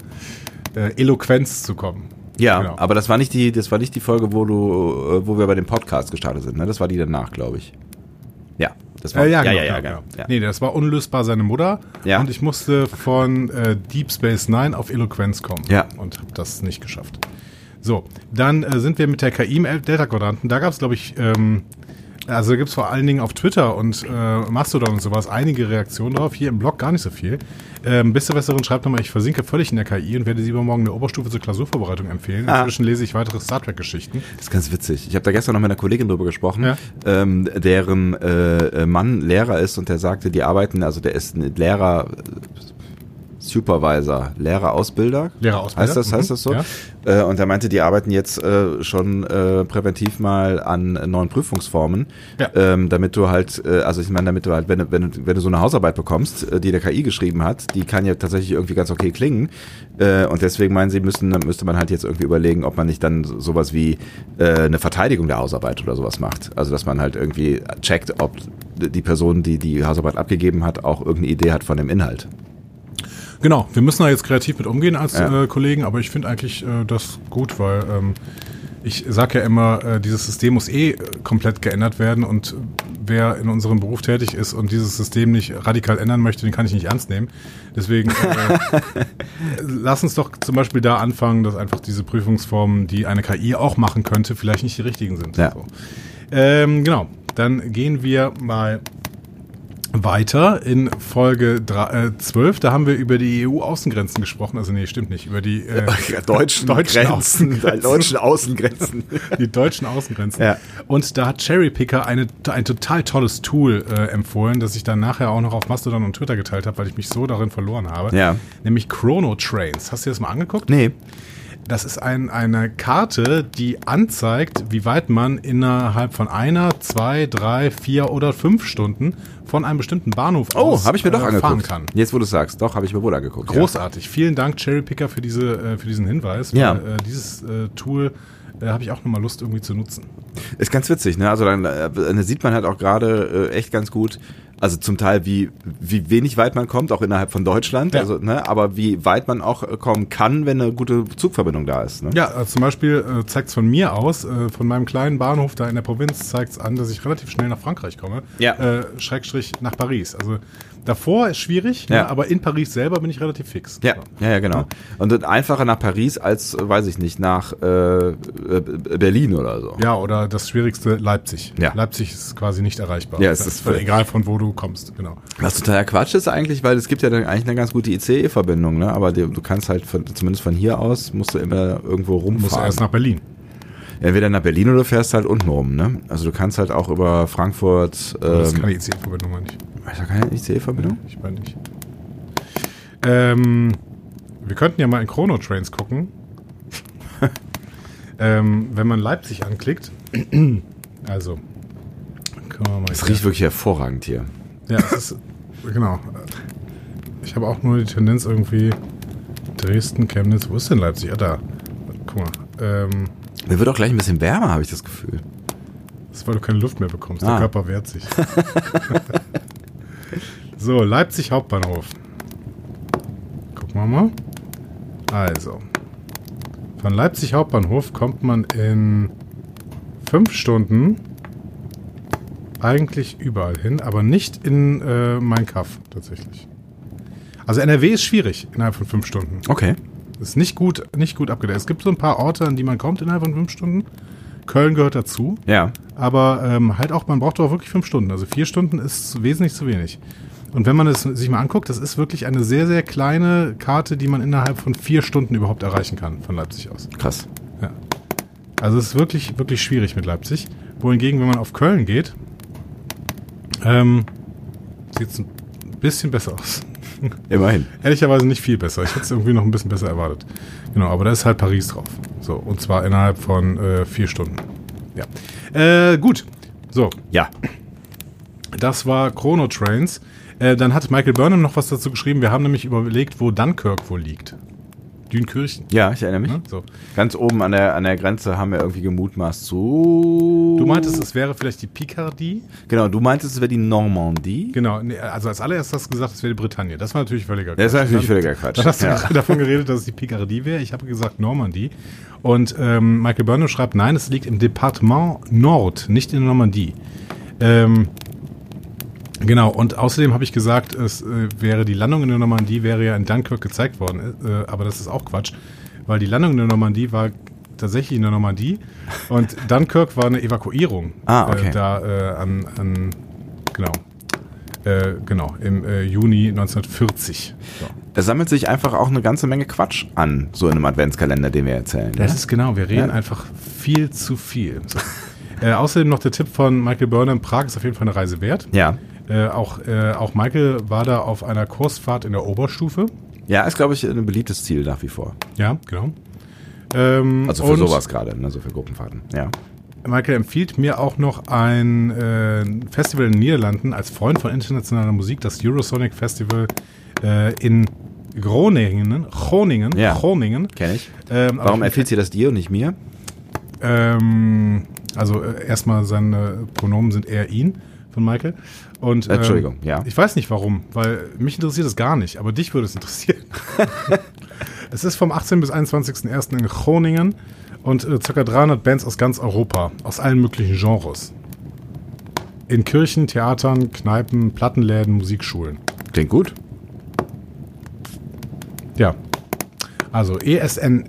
Speaker 2: äh, Eloquenz zu kommen.
Speaker 1: Ja,
Speaker 2: Genau.
Speaker 1: aber das war nicht die, das war nicht die Folge, wo du, äh, wo wir bei dem Podcast gestartet sind. Ne? Das war die danach, glaube ich. Ja, das war
Speaker 2: Äh, ja,
Speaker 1: ja,
Speaker 2: genau,
Speaker 1: ja, ja,
Speaker 2: genau,
Speaker 1: genau.
Speaker 2: genau.
Speaker 1: ja.
Speaker 2: Nee, das war unlösbar seine Mutter.
Speaker 1: Ja.
Speaker 2: Und ich musste von äh, Deep Space Nine auf Eloquenz kommen.
Speaker 1: Ja.
Speaker 2: Und habe das nicht geschafft. So, dann äh, sind wir mit der KI im El- Delta-Quadranten. Da gab es, glaube ich, ähm, also gibt es vor allen Dingen auf Twitter und äh, Mastodon und sowas einige Reaktionen drauf. Hier im Blog gar nicht so viel. Ähm, Beste Besserin schreibt nochmal, ich versinke völlig in der KI und werde sie übermorgen der Oberstufe zur Klausurvorbereitung empfehlen.
Speaker 1: Ah.
Speaker 2: Inzwischen lese ich weitere Star Trek-Geschichten.
Speaker 1: Das ist ganz witzig. Ich habe da gestern noch mit einer Kollegin drüber gesprochen,
Speaker 2: Ja.
Speaker 1: ähm, deren äh, äh, Mann Lehrer ist und der sagte, die arbeiten, also der ist ein Lehrer äh, Supervisor, Lehrerausbilder.
Speaker 2: Lehrerausbilder,
Speaker 1: Heißt das, heißt
Speaker 2: mhm,
Speaker 1: das so?
Speaker 2: ja.
Speaker 1: Äh, und er meinte, die arbeiten jetzt äh, schon äh, präventiv mal an neuen Prüfungsformen,
Speaker 2: Ja.
Speaker 1: ähm, damit du halt, äh, also ich meine, damit du halt, wenn, du- wenn, du- wenn du so eine Hausarbeit bekommst, äh, die der KI geschrieben hat, die kann ja tatsächlich irgendwie ganz okay klingen. Äh, und deswegen meinen sie, müssen, müsste man halt jetzt irgendwie überlegen, ob man nicht dann so- sowas wie äh, eine Verteidigung der Hausarbeit oder sowas macht. Also dass man halt irgendwie checkt, ob die Person, die die Hausarbeit abgegeben hat, auch irgendeine Idee hat von dem Inhalt.
Speaker 2: Genau, wir müssen da jetzt kreativ mit umgehen als
Speaker 1: Ja.
Speaker 2: äh, Kollegen, aber ich finde eigentlich äh, das gut, weil ähm, ich sage ja immer, äh, dieses System muss eh äh, komplett geändert werden und wer in unserem Beruf tätig ist und dieses System nicht radikal ändern möchte, den kann ich nicht ernst nehmen. Deswegen äh,
Speaker 1: [LAUGHS]
Speaker 2: lass uns doch zum Beispiel da anfangen, dass einfach diese Prüfungsformen, die eine KI auch machen könnte, vielleicht nicht die richtigen sind.
Speaker 1: Ja.
Speaker 2: So. Ähm, genau, dann gehen wir mal weiter in Folge drei- äh, 12. Da haben wir über die EU-Außengrenzen gesprochen. Also nee, stimmt nicht. Über die, äh,
Speaker 1: Deutschen,
Speaker 2: [LAUGHS] [LAUGHS] Deutschen
Speaker 1: [LAUGHS]
Speaker 2: Außengrenzen.
Speaker 1: deutschen Außengrenzen.
Speaker 2: die deutschen Außengrenzen.
Speaker 1: Ja.
Speaker 2: Und da hat Cherry Picker eine, ein total tolles Tool äh, empfohlen, das ich dann nachher auch noch auf Mastodon und Twitter geteilt habe, weil ich mich so darin verloren habe.
Speaker 1: Ja.
Speaker 2: Nämlich Chrono Trains. Hast du dir das mal angeguckt?
Speaker 1: Nee.
Speaker 2: Das ist ein, eine Karte, die anzeigt, wie weit man innerhalb von einer, zwei, drei, vier oder fünf Stunden von einem bestimmten Bahnhof
Speaker 1: Oh,
Speaker 2: aus
Speaker 1: habe ich mir doch
Speaker 2: äh, fahren
Speaker 1: angeguckt.
Speaker 2: kann.
Speaker 1: Jetzt, wo du sagst, doch, habe ich mir wohl angeguckt.
Speaker 2: Großartig. Vielen Dank, Cherry Picker, für, diese, äh, für diesen Hinweis.
Speaker 1: Ja.
Speaker 2: Weil, äh, dieses äh, Tool äh, habe ich auch nochmal Lust, irgendwie zu nutzen.
Speaker 1: Ja. Ist ganz witzig, ne? Also dann äh, dann sieht man halt auch gerade äh, echt ganz gut, also zum Teil wie wie wenig weit man kommt, auch innerhalb von Deutschland,
Speaker 2: Ja.
Speaker 1: also ne, aber wie weit man auch äh, kommen kann, wenn eine gute Zugverbindung da ist, ne?
Speaker 2: Ja, äh, zum Beispiel äh, zeigt es von mir aus, äh, von meinem kleinen Bahnhof da in der Provinz, zeigt es an, dass ich relativ schnell nach Frankreich komme.
Speaker 1: Ja.
Speaker 2: Äh, Schrägstrich nach Paris. Also davor ist schwierig,
Speaker 1: Ja.
Speaker 2: ne, aber in Paris selber bin ich relativ fix.
Speaker 1: Ja, ja, ja, genau. Und dann einfacher nach Paris als, äh, weiß ich nicht, nach äh, äh, Berlin oder so.
Speaker 2: Ja, oder das Schwierigste, Leipzig.
Speaker 1: Ja.
Speaker 2: Leipzig ist quasi nicht erreichbar.
Speaker 1: Ja, es
Speaker 2: Das
Speaker 1: ist
Speaker 2: völlig
Speaker 1: völlig-
Speaker 2: egal von wo du kommst, genau.
Speaker 1: Was totaler Quatsch ist eigentlich, weil es gibt ja dann eigentlich eine ganz gute ICE-Verbindung, ne? Aber die, du kannst halt von, zumindest von hier aus musst du immer irgendwo
Speaker 2: Du musst
Speaker 1: rumfahren.
Speaker 2: erst nach Berlin.
Speaker 1: Entweder nach Berlin oder du fährst halt unten rum, ne? Also du kannst halt auch über Frankfurt.
Speaker 2: Das
Speaker 1: Ähm,
Speaker 2: kann die IC-Verbindung mal nicht.
Speaker 1: ist da keine ICE-Verbindung?
Speaker 2: Ich meine nicht. Ähm, wir könnten ja mal in Chrono Trains
Speaker 1: [LAUGHS]
Speaker 2: gucken. ähm, wenn man Leipzig anklickt. [CLEARS THROAT] Also. Können wir mal
Speaker 1: Es riecht wirklich hervorragend hier.
Speaker 2: Ja, es ist. Genau. Ich habe auch nur die Tendenz irgendwie. Dresden, Chemnitz. Wo ist denn Leipzig? Ah, da. Guck mal. Ähm,
Speaker 1: Mir wird auch gleich ein bisschen wärmer, habe ich das Gefühl.
Speaker 2: Das ist, weil du keine Luft mehr bekommst.
Speaker 1: Ah.
Speaker 2: Der Körper wehrt sich. [LAUGHS] so, Leipzig Hauptbahnhof. Gucken wir mal. Also. Von Leipzig Hauptbahnhof kommt man in fünf Stunden eigentlich überall hin, aber nicht in äh, mein Kaff tatsächlich. Also NRW ist schwierig innerhalb von fünf Stunden.
Speaker 1: Okay.
Speaker 2: Ist nicht gut, nicht gut abgedeckt. Es gibt so ein paar Orte, an die man kommt innerhalb von fünf Stunden. Köln gehört dazu.
Speaker 1: Ja.
Speaker 2: Aber ähm, halt auch, man braucht doch wirklich fünf Stunden. Also vier Stunden ist wesentlich zu wenig. Und wenn man es sich mal anguckt, das ist wirklich eine sehr, sehr kleine Karte, die man innerhalb von vier Stunden überhaupt erreichen kann, von Leipzig aus.
Speaker 1: Krass.
Speaker 2: Also es ist wirklich, wirklich schwierig mit Leipzig. Wohingegen, wenn man auf Köln geht, ähm, sieht es ein bisschen besser aus.
Speaker 1: Immerhin.
Speaker 2: Ehrlicherweise nicht viel besser. Ich hätte es irgendwie noch ein bisschen besser erwartet. Genau, aber da ist halt Paris drauf. So, und zwar innerhalb von äh, vier Stunden. Ja. Äh, gut. So,
Speaker 1: Ja.
Speaker 2: das war Chrono Trains. Äh, dann hat Michael Burnham noch was dazu geschrieben. Wir haben nämlich überlegt, wo Dunkirk wohl liegt. Dünkirchen.
Speaker 1: Ja, ich erinnere mich.
Speaker 2: Ne? So.
Speaker 1: Ganz oben an der, an der Grenze haben wir irgendwie gemutmaßt zu.
Speaker 2: Du meintest, es wäre vielleicht die Picardie?
Speaker 1: Genau, du meintest, es wäre die Normandie.
Speaker 2: Genau, nee, also als allererstes hast du gesagt, es wäre die Bretagne. Das war natürlich völliger
Speaker 1: [LAUGHS] Das genau. ist natürlich
Speaker 2: Dann-
Speaker 1: völliger Quatsch.
Speaker 2: Dann hast du
Speaker 1: Ja.
Speaker 2: gerade [LAUGHS] davon geredet, dass es die Picardie wäre. Ich habe gesagt Normandie. Und ähm, Michael Burnham schreibt, nein, es liegt im Departement Nord, nicht in der Normandie. Ähm, genau, und außerdem habe ich gesagt, es äh, wäre die Landung in der Normandie wäre ja in Dunkirk gezeigt worden. Äh, aber das ist auch Quatsch, weil die Landung in der Normandie war tatsächlich in der Normandie.
Speaker 1: [LAUGHS]
Speaker 2: Und Dunkirk war eine Evakuierung.
Speaker 1: Ah, okay.
Speaker 2: Äh, da äh, an, an, genau. Äh, genau, im äh, Juni 1940. So.
Speaker 1: Da sammelt sich einfach auch eine ganze Menge Quatsch an, so in einem Adventskalender, den wir erzählen.
Speaker 2: Das
Speaker 1: ne?
Speaker 2: ist genau, wir reden
Speaker 1: Ja.
Speaker 2: einfach viel zu viel. [LAUGHS] So. äh, außerdem noch der Tipp von Michael Burnham, Prag ist auf jeden Fall eine Reise wert.
Speaker 1: ja.
Speaker 2: Äh, auch, äh, auch Michael war da auf einer Kursfahrt in der Oberstufe.
Speaker 1: Ja, ist, glaube ich, ein beliebtes Ziel nach wie vor.
Speaker 2: Ja, genau. Ähm,
Speaker 1: Also für
Speaker 2: und
Speaker 1: sowas gerade, ne? so für Gruppenfahrten. Ja.
Speaker 2: Michael empfiehlt mir auch noch ein äh, Festival in den Niederlanden als Freund von internationaler Musik, das Eurosonic Festival äh, in Groningen. Groningen.
Speaker 1: Ja.
Speaker 2: Groningen.
Speaker 1: Kenn ich.
Speaker 2: Ähm, aber
Speaker 1: Warum
Speaker 2: ich-
Speaker 1: empfiehlt sie das dir und nicht mir?
Speaker 2: Ähm, also äh, erstmal seine Pronomen sind er ihn von Michael. Und, ähm,
Speaker 1: Äh, Entschuldigung, ja.
Speaker 2: Ich weiß nicht warum, weil mich interessiert es gar nicht, aber dich würde
Speaker 1: [LAUGHS]
Speaker 2: es interessieren. es ist vom 18. bis 21.01. in Groningen und äh, ca. 300 Bands aus ganz Europa, aus allen möglichen Genres. In Kirchen, Theatern, Kneipen, Plattenläden, Musikschulen.
Speaker 1: Klingt gut.
Speaker 2: Ja. Also esns.nl.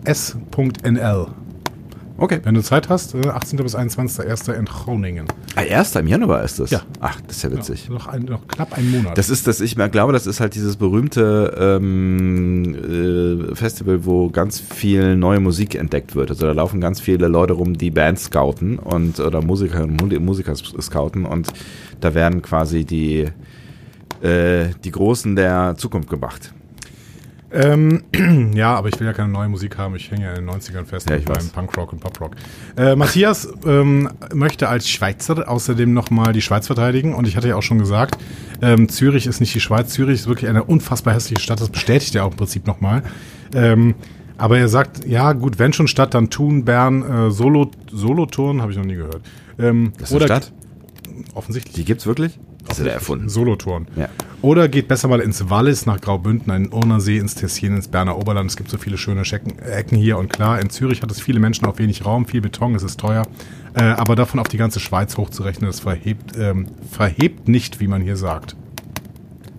Speaker 1: Okay.
Speaker 2: Wenn du Zeit hast, äh, 18. bis 21.01. in Groningen.
Speaker 1: Ah, erst im Januar ist es.
Speaker 2: Ja.
Speaker 1: Ach, das ist ja witzig.
Speaker 2: Noch, ein, noch knapp einen Monat.
Speaker 1: Das ist das, ich mir glaube, das ist halt dieses berühmte ähm, äh, Festival, wo ganz viel neue Musik entdeckt wird. Also da laufen ganz viele Leute rum, die Bands scouten und oder Musiker und Mu- Musiker scouten und da werden quasi die äh, die Großen der Zukunft gemacht.
Speaker 2: ähm, ja, aber ich will ja keine neue Musik haben. Ich hänge ja in den 90ern fest
Speaker 1: Ja, ich
Speaker 2: beim
Speaker 1: weiß.
Speaker 2: Punkrock und Poprock. Äh, Matthias ähm, möchte als Schweizer außerdem nochmal die Schweiz verteidigen. Und ich hatte ja auch schon gesagt, ähm, Zürich ist nicht die Schweiz. Zürich ist wirklich eine unfassbar hässliche Stadt. Das bestätigt er auch im Prinzip nochmal. Ähm, aber er sagt, ja gut, wenn schon Stadt, dann Thun, Bern, äh, Solo, Solothurn, habe ich noch nie gehört. Ähm,
Speaker 1: Das ist eine Stadt?
Speaker 2: Offensichtlich.
Speaker 1: Die gibt's wirklich? Das ist ja erfunden.
Speaker 2: Solothurn.
Speaker 1: Ja.
Speaker 2: Oder geht besser mal ins Wallis, nach Graubünden, in Urnersee, ins Tessin, ins Berner Oberland. Es gibt so viele schöne Schecken, Ecken hier und klar. In Zürich hat es viele Menschen auf wenig Raum, viel Beton, es ist teuer. Äh, aber davon auf die ganze Schweiz hochzurechnen, das verhebt, ähm, verhebt nicht, wie man hier sagt.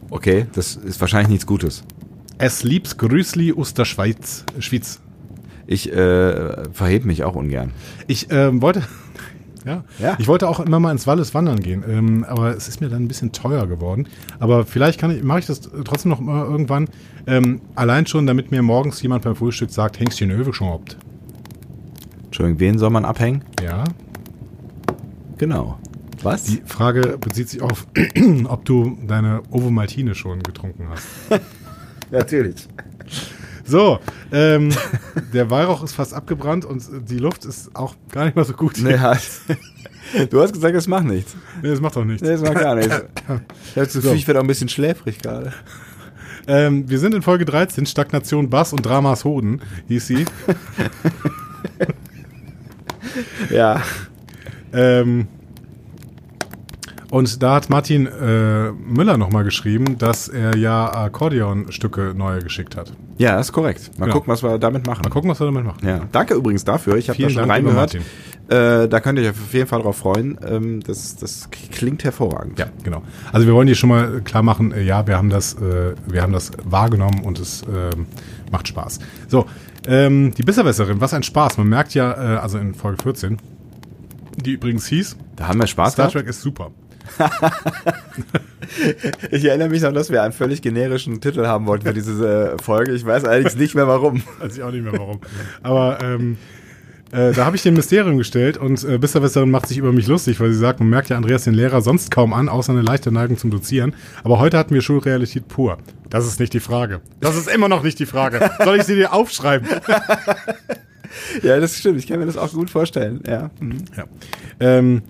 Speaker 1: Okay, das ist wahrscheinlich nichts Gutes.
Speaker 2: Es liebs Grüßli aus der Schweiz. Schweiz.
Speaker 1: Ich äh, verhebe mich auch ungern.
Speaker 2: Ich ähm, wollte. Ja.
Speaker 1: Ja.
Speaker 2: ich wollte auch immer mal ins Wallis wandern gehen, ähm, aber es ist mir dann ein bisschen teuer geworden. Aber vielleicht kann ich, mache ich das trotzdem noch mal irgendwann. Ähm, allein schon, damit mir morgens jemand beim Frühstück sagt, hängst du in Öwe schon obt?
Speaker 1: Entschuldigung, wen soll man abhängen?
Speaker 2: Ja.
Speaker 1: Genau. Was?
Speaker 2: Die Frage bezieht sich auf, [CLEARS THROAT] ob du deine Ovo Maltine schon getrunken hast.
Speaker 1: Natürlich.
Speaker 2: So, ähm, der Weihrauch ist fast abgebrannt und die Luft ist auch gar nicht mal so gut.
Speaker 1: [LAUGHS] Nee, halt. Du hast gesagt, das macht nichts.
Speaker 2: Nee, das macht doch nichts.
Speaker 1: Nee, das macht gar nichts. Ich habe das Gefühl, ich werde auch ein bisschen schläfrig gerade.
Speaker 2: Ähm, wir sind in Folge 13, Stagnation Bass und Dramas Hoden, hieß sie.
Speaker 1: Ja.
Speaker 2: Ähm, und da hat Martin äh, Müller nochmal geschrieben, dass er ja Akkordeonstücke neue geschickt hat.
Speaker 1: Ja, ist korrekt. Mal
Speaker 2: Genau.
Speaker 1: gucken, was wir damit machen.
Speaker 2: Mal gucken, was wir damit machen.
Speaker 1: Ja. Danke übrigens dafür. Ich habe da
Speaker 2: Vielen
Speaker 1: schon
Speaker 2: Dank, lieber
Speaker 1: reingehört. Äh, da könnt ihr euch auf jeden Fall drauf freuen. Ähm, das, das klingt hervorragend.
Speaker 2: Ja, genau. Also wir wollen dir schon mal klar machen, äh, ja, wir haben das, äh, wir haben das wahrgenommen und es ähm, macht Spaß. So, ähm, die Besserwässerin, was ein Spaß. Man merkt ja, äh, also in Folge 14, die übrigens hieß,
Speaker 1: Da haben wir Spaß
Speaker 2: Star
Speaker 1: gehabt.
Speaker 2: Trek ist super.
Speaker 1: Ich erinnere mich noch, dass wir einen völlig generischen Titel haben wollten für diese äh, Folge. Ich weiß allerdings nicht mehr warum. [LAUGHS]
Speaker 2: Weiß ich auch nicht mehr warum. Aber ähm, Äh, da habe ich den Mysterium gestellt und äh, Besserwisserin macht sich über mich lustig, weil sie sagt, man merkt ja Andreas den Lehrer sonst kaum an, außer eine leichte Neigung zum Dozieren. Aber heute hatten wir Schulrealität pur. Das ist nicht die Frage. Das ist immer noch nicht die Frage. Soll ich sie dir aufschreiben?
Speaker 4: Ja, das stimmt. Ich kann mir das auch gut vorstellen. Ja.
Speaker 1: Hm.
Speaker 2: Ja. Ähm,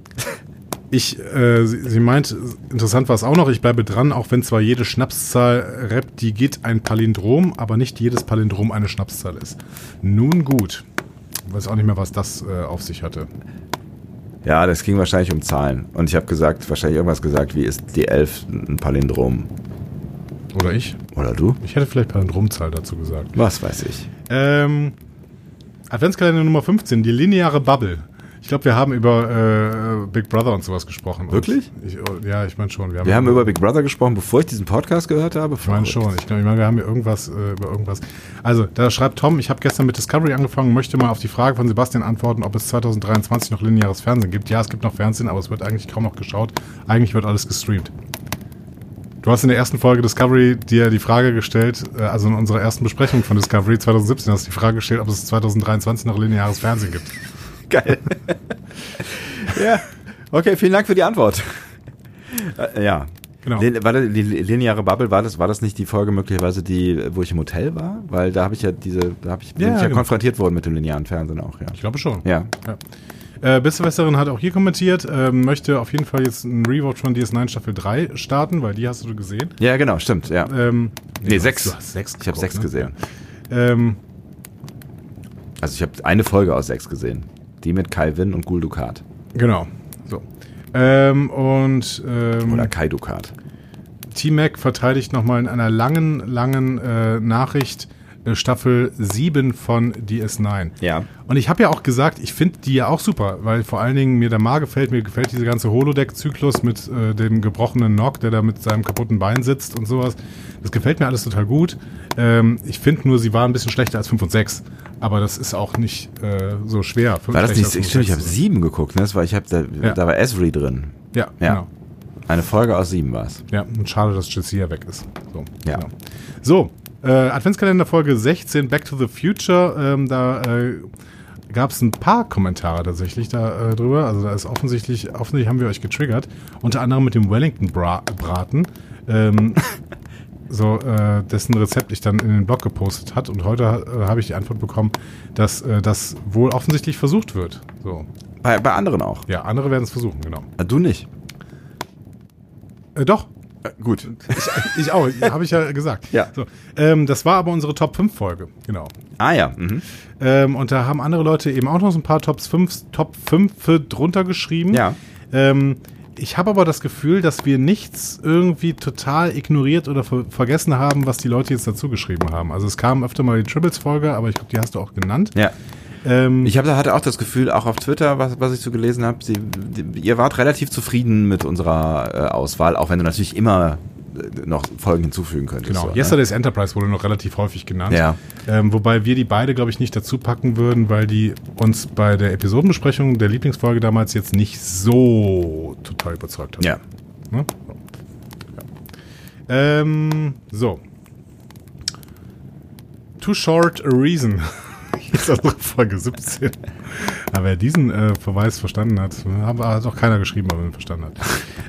Speaker 2: ich, äh, sie, sie meint, interessant war es auch noch, ich bleibe dran, auch wenn zwar jede Schnapszahl rappt, die geht ein Palindrom, aber nicht jedes Palindrom eine Schnapszahl ist. Nun gut. Weiß auch nicht mehr, was das äh, auf sich hatte.
Speaker 1: Ja, das ging wahrscheinlich um Zahlen. Und ich habe gesagt, wahrscheinlich irgendwas gesagt, wie ist die 11 ein Palindrom?
Speaker 2: Oder ich?
Speaker 1: Oder du?
Speaker 2: Ich hätte vielleicht Palindromzahl dazu gesagt.
Speaker 1: Was weiß ich.
Speaker 2: Ähm, Adventskalender Nummer 15, die lineare Bubble. Ich glaube, wir haben über äh, Big Brother und sowas gesprochen.
Speaker 1: Wirklich?
Speaker 2: Und Ich, oh, ja, ich meine schon.
Speaker 1: Wir haben über Big Brother gesprochen, bevor ich diesen Podcast gehört habe.
Speaker 2: Ich meine schon. Ich, glaub, ich meine, wir haben hier irgendwas äh, über irgendwas. Also, da schreibt Tom, ich habe gestern mit Discovery angefangen, möchte mal auf die Frage von Sebastian antworten, ob es 2023 noch lineares Fernsehen gibt. Ja, es gibt noch Fernsehen, aber es wird eigentlich kaum noch geschaut. Eigentlich wird alles gestreamt. Du hast in der ersten Folge Discovery dir die Frage gestellt, äh, also in unserer ersten Besprechung von Discovery 2017 hast du die Frage gestellt, ob es 2023 noch lineares Fernsehen gibt. [LAUGHS]
Speaker 1: Geil. ja. Okay, vielen Dank für die Antwort. Äh, Ja.
Speaker 2: Genau.
Speaker 1: Lin- War das, die lineare Bubble, war das, war das nicht die Folge möglicherweise, die, wo ich im Hotel war? Weil da habe ich ja diese, da habe ich, bin
Speaker 2: Ja,
Speaker 1: ich ja
Speaker 2: genau.
Speaker 1: konfrontiert worden mit dem linearen Fernsehen auch, ja.
Speaker 2: Ich glaube schon.
Speaker 1: Ja.
Speaker 2: Äh, Besserwisserin hat auch hier kommentiert, ähm, möchte auf jeden Fall jetzt einen Rewatch von DS9 Staffel 3 starten, weil die hast du gesehen.
Speaker 1: Ja, genau, stimmt, ja.
Speaker 2: Ähm,
Speaker 1: nee,
Speaker 2: du
Speaker 1: sechs.
Speaker 2: hast- du hast sechs
Speaker 1: ich habe
Speaker 2: geguckt,
Speaker 1: sechs
Speaker 2: ne?
Speaker 1: gesehen.
Speaker 2: Ähm,
Speaker 1: Also ich habe eine Folge aus sechs gesehen. Die mit Kai Winn und Gul Dukat.
Speaker 2: genau. So. Ähm, und ähm,
Speaker 1: Oder Kai Dukat.
Speaker 2: T-Mac verteidigt nochmal in einer langen, langen äh, Nachricht äh, Staffel 7 von DS9.
Speaker 1: Ja.
Speaker 2: Und ich habe ja auch gesagt, ich finde die ja auch super, weil vor allen Dingen mir der Mar gefällt, mir gefällt dieser ganze Holodeck-Zyklus mit äh, dem gebrochenen Nock, der da mit seinem kaputten Bein sitzt und sowas. Das gefällt mir alles total gut. Ähm, ich finde nur, sie waren ein bisschen schlechter als 5 und 6. Aber das ist auch nicht äh, so schwer. Fünf
Speaker 1: War das
Speaker 2: schlechter
Speaker 1: nicht,
Speaker 2: als fünf
Speaker 1: stimmt, ich
Speaker 2: und
Speaker 1: habe
Speaker 2: sechs.
Speaker 1: sieben geguckt, ne? Das war, ich hab, da, da war Esri drin.
Speaker 2: Ja,
Speaker 1: Ja.
Speaker 2: genau.
Speaker 1: Eine Folge aus sieben war's.
Speaker 2: Ja, und schade, dass Jessia weg ist. So,
Speaker 1: Ja.
Speaker 2: genau. so äh, Adventskalender Folge 16, Back to the Future. Ähm, da äh, gab es ein paar Kommentare tatsächlich da, äh, drüber. Also da ist offensichtlich, offensichtlich haben wir euch getriggert. Unter anderem mit dem Wellington-Braten. Ähm, so, äh, dessen Rezept ich dann in den Blog gepostet hat. Und heute äh, habe ich die Antwort bekommen, dass äh, das wohl offensichtlich versucht wird. So,
Speaker 1: Bei, bei anderen auch.
Speaker 2: ja, andere werden es versuchen, genau.
Speaker 1: Du nicht.
Speaker 2: Äh, doch,
Speaker 1: Gut.
Speaker 2: Ich auch, habe ich ja gesagt.
Speaker 1: Ja.
Speaker 2: So, ähm, das war aber unsere Top 5 Folge, genau.
Speaker 1: [LAUGHS] Ah ja. Mhm.
Speaker 2: Ähm, und da haben andere Leute eben auch noch so ein paar Tops 5, Top 5 drunter geschrieben.
Speaker 1: Ja.
Speaker 2: Ähm, ich habe aber das Gefühl, dass wir nichts irgendwie total ignoriert oder ver vergessen haben, was die Leute jetzt dazu geschrieben haben. Also es kam öfter mal die Tribbles-Folge, aber ich glaube, die hast du auch genannt.
Speaker 1: Ja.
Speaker 2: Ähm,
Speaker 1: Ich hab, hatte auch das Gefühl, auch auf Twitter, was, was ich so gelesen habe, sie- die- ihr wart relativ zufrieden mit unserer äh, Auswahl, auch wenn du natürlich immer äh, noch Folgen hinzufügen könntest.
Speaker 2: Genau,
Speaker 1: so, ne?
Speaker 2: Yesterday's Enterprise wurde noch relativ häufig genannt.
Speaker 1: Ja.
Speaker 2: Ähm, wobei wir die beide, glaube ich, nicht dazu packen würden, weil die uns bei der Episodenbesprechung der Lieblingsfolge damals jetzt nicht so total überzeugt hat.
Speaker 1: Ja.
Speaker 2: Ne? So. Ja. Ähm, so. Too Short a Reason. [LAUGHS] Ist also Folge 17. Aber wer diesen äh, Verweis verstanden hat, hab- hat auch keiner geschrieben, aber man verstanden hat.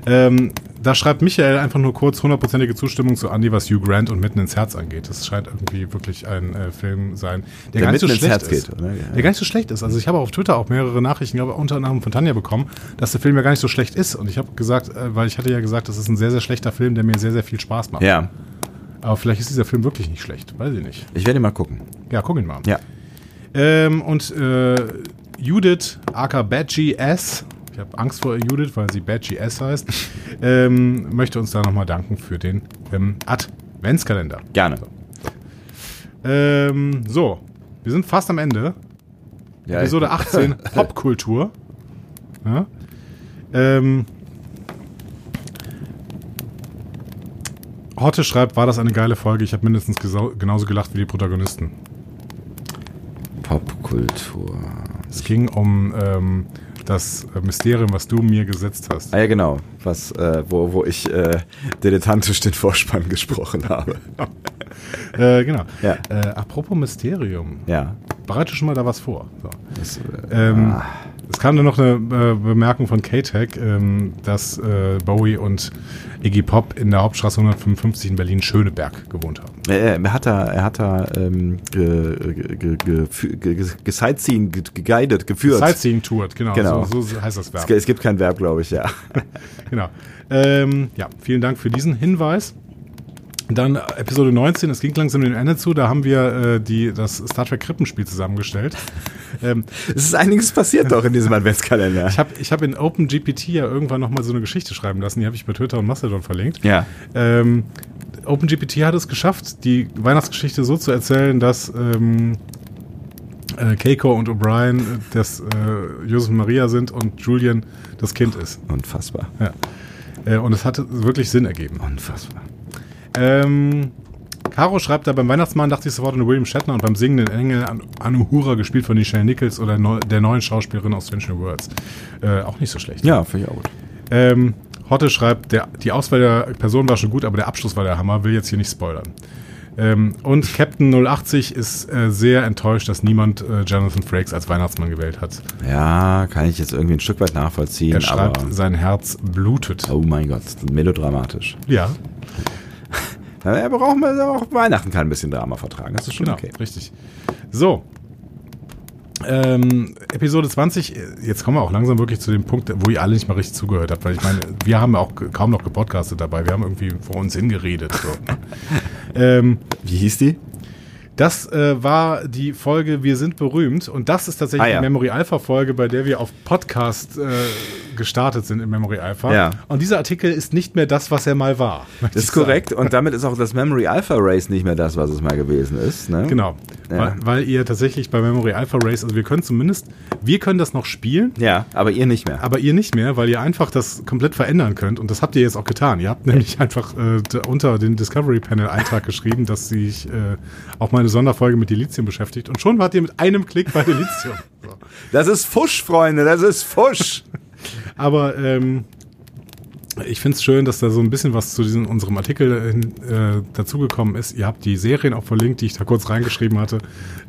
Speaker 2: Ähm, da schreibt Michael einfach nur kurz hundertprozentige Zustimmung zu Andy, was Hugh Grant und Mitten ins Herz angeht. Das scheint irgendwie wirklich ein äh, Film sein, der, gar nicht so
Speaker 1: mitten ins
Speaker 2: schlecht
Speaker 1: Herz
Speaker 2: ist.
Speaker 1: geht, oder? Ja.
Speaker 2: Der gar nicht so schlecht ist. Also ich habe auf Twitter auch mehrere Nachrichten, glaube ich, unter anderem von Tanja bekommen, dass der Film ja gar nicht so schlecht ist. Und ich habe gesagt, äh, weil ich hatte ja gesagt, das ist ein sehr, sehr schlechter Film, der mir sehr, sehr viel Spaß macht.
Speaker 1: Ja.
Speaker 2: Aber vielleicht ist dieser Film wirklich nicht schlecht. Weiß ich nicht.
Speaker 1: Ich werde mal gucken.
Speaker 2: Ja, guck ihn mal.
Speaker 1: Ja.
Speaker 2: Ähm, und äh, Judith, aka Badgie S. Ich habe Angst vor Judith, weil sie Badgie
Speaker 1: [LAUGHS]
Speaker 2: S heißt. ähm, möchte uns da nochmal danken für den ähm, Adventskalender.
Speaker 1: Gerne.
Speaker 2: Ähm, so, wir sind fast am Ende.
Speaker 1: Ja,
Speaker 2: Episode 18, Popkultur. Ja. Ähm, Horte schreibt, war das eine geile Folge. Ich habe mindestens gesau- genauso gelacht wie die Protagonisten.
Speaker 1: Popkultur.
Speaker 2: Es ging um ähm, das Mysterium, was du mir gesetzt hast.
Speaker 1: Ah ja, genau. Was, äh, wo, wo ich äh, dilettantisch den Vorspann [LAUGHS] gesprochen habe.
Speaker 2: Äh, genau.
Speaker 1: Ja.
Speaker 2: Äh, apropos Mysterium.
Speaker 1: Ja. äh,
Speaker 2: bereite schon mal da was vor. So. ähm, Es kam dann noch eine äh, Bemerkung von K-Tech, ähm, dass äh, Bowie und Iggy Pop in der Hauptstraße 155 in Berlin-Schöneberg gewohnt haben.
Speaker 1: Er, er hat da, er hat da ähm, ge, ge, ge, ge, ge, ge, gesightseeing, ge, geguided, geführt.
Speaker 2: Sightseeing toured, genau.
Speaker 1: Genau.
Speaker 2: So, so heißt das Verb.
Speaker 1: Es gibt kein Verb, glaube ich, ja. [LAUGHS]
Speaker 2: Genau. Ähm, ja, vielen Dank für diesen Hinweis. Dann Episode 19, es ging langsam dem Ende zu, da haben wir äh, die, das Star Trek Krippenspiel zusammengestellt. ähm,
Speaker 1: Es ist einiges passiert doch in diesem Adventskalender.
Speaker 2: ich habe ich hab in OpenGPT ja irgendwann nochmal so eine Geschichte schreiben lassen, die habe ich bei Twitter und Mastodon verlinkt.
Speaker 1: Ja.
Speaker 2: Ähm, OpenGPT hat es geschafft, die Weihnachtsgeschichte so zu erzählen, dass ähm, äh, Keiko und O'Brien äh, das äh, Josef und Maria sind und Julian das Kind ist.
Speaker 1: Unfassbar.
Speaker 2: Ja. Äh, und es hat wirklich Sinn ergeben.
Speaker 1: Unfassbar.
Speaker 2: Ähm, Caro schreibt da, beim Weihnachtsmann dachte ich sofort an William Shatner und beim Singenden Engel an Anuhura, gespielt von Nichelle Nichols oder neu, der neuen Schauspielerin aus Stranger Worlds. Äh, auch nicht so schlecht.
Speaker 1: Ja, finde ich auch gut.
Speaker 2: Ähm, Hotte schreibt, der, die Auswahl der Person war schon gut, aber der Abschluss war der Hammer, will jetzt hier nicht spoilern. Ähm, und Captain 080 ist äh, sehr enttäuscht, dass niemand äh, Jonathan Frakes als Weihnachtsmann gewählt hat.
Speaker 1: Ja, kann ich jetzt irgendwie ein Stück weit nachvollziehen,
Speaker 2: Er
Speaker 1: aber.
Speaker 2: schreibt, sein Herz blutet.
Speaker 1: Oh mein Gott, melodramatisch.
Speaker 2: Ja,
Speaker 1: Ja, Er braucht mal auch Weihnachten kann ein bisschen Drama vertragen. Das ist schon
Speaker 2: Genau,
Speaker 1: okay.
Speaker 2: richtig. So. Ähm, Episode 20, äh, jetzt kommen wir auch langsam wirklich zu dem Punkt, wo ihr alle nicht mal richtig zugehört habt, weil ich meine, wir haben ja auch k- kaum noch gepodcastet dabei, wir haben irgendwie vor uns hingeredet.
Speaker 1: [LAUGHS]
Speaker 2: So, ne? ähm,
Speaker 1: Wie hieß die?
Speaker 2: das äh, war die Folge Wir sind berühmt und das ist tatsächlich
Speaker 1: Ah, ja.
Speaker 2: die Memory Alpha Folge, bei der wir auf Podcast äh, gestartet sind in Memory Alpha.
Speaker 1: Ja.
Speaker 2: Und dieser Artikel ist nicht mehr das, was er mal war. [LAUGHS] möchte
Speaker 1: Das
Speaker 2: ich
Speaker 1: ist
Speaker 2: sagen.
Speaker 1: korrekt. Und damit ist auch das Memory Alpha Race nicht mehr das, was es mal gewesen ist. Ne?
Speaker 2: Genau,
Speaker 1: Ja.
Speaker 2: weil, weil ihr tatsächlich bei Memory Alpha Race, also wir können zumindest, wir können das noch spielen,
Speaker 1: Ja, aber ihr nicht mehr.
Speaker 2: aber ihr nicht mehr, weil ihr einfach das komplett verändern könnt und das habt ihr jetzt auch getan. Ihr habt nämlich einfach äh, d- unter den Discovery Panel Eintrag [LAUGHS] geschrieben, dass sich äh, auch mal eine Sonderfolge mit Delizium beschäftigt und schon wart ihr mit einem Klick
Speaker 1: [LAUGHS]
Speaker 2: bei Delizium. So.
Speaker 1: Das ist Fusch, Freunde, das ist Fusch.
Speaker 2: Aber ähm, ich finde es schön, dass da so ein bisschen was zu diesem, unserem Artikel hin- äh, dazugekommen ist. Ihr habt die Serien auch verlinkt, die ich da kurz reingeschrieben hatte.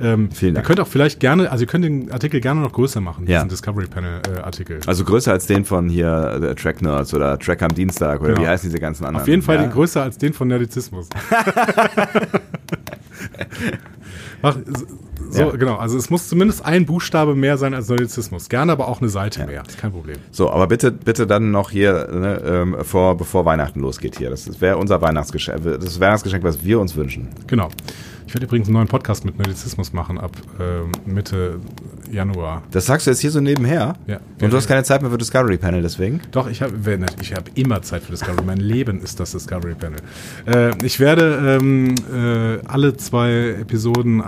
Speaker 2: Ähm,
Speaker 1: Vielen Dank.
Speaker 2: Ihr könnt auch vielleicht gerne, also ihr könnt den Artikel gerne noch größer machen,
Speaker 1: Ja.
Speaker 2: diesen Discovery Panel äh, Artikel.
Speaker 1: [LAUGHS] Also größer als den von hier äh, Track Nerds oder Track am Dienstag oder
Speaker 2: Genau.
Speaker 1: wie heißen diese ganzen anderen.
Speaker 2: Auf jeden Fall
Speaker 1: ja?
Speaker 2: den größer als den
Speaker 1: [LAUGHS]
Speaker 2: von Nerdizismus. Mach, so,
Speaker 1: Ja.
Speaker 2: genau. Also es muss zumindest ein Buchstabe mehr sein als Nerdizismus. Gerne aber auch eine Seite mehr. Ist kein Problem.
Speaker 1: So, aber bitte, bitte dann noch hier, ne, ähm, vor, bevor Weihnachten losgeht hier. Das wäre unser Weihnachtsgeschenk, äh, das Weihnachtsgeschenk, was wir uns wünschen.
Speaker 2: Genau. Ich werde übrigens einen neuen Podcast mit Nerdizismus machen ab ähm, Mitte Januar.
Speaker 1: Das sagst du jetzt hier so nebenher.
Speaker 2: Ja.
Speaker 1: Und du hast keine Zeit mehr für Discovery Panel, deswegen.
Speaker 2: Doch, ich habe wenn nicht, ich habe immer Zeit für Discovery. Mein Leben ist das Discovery Panel. Äh, ich werde ähm, äh, alle zwei Episoden, äh,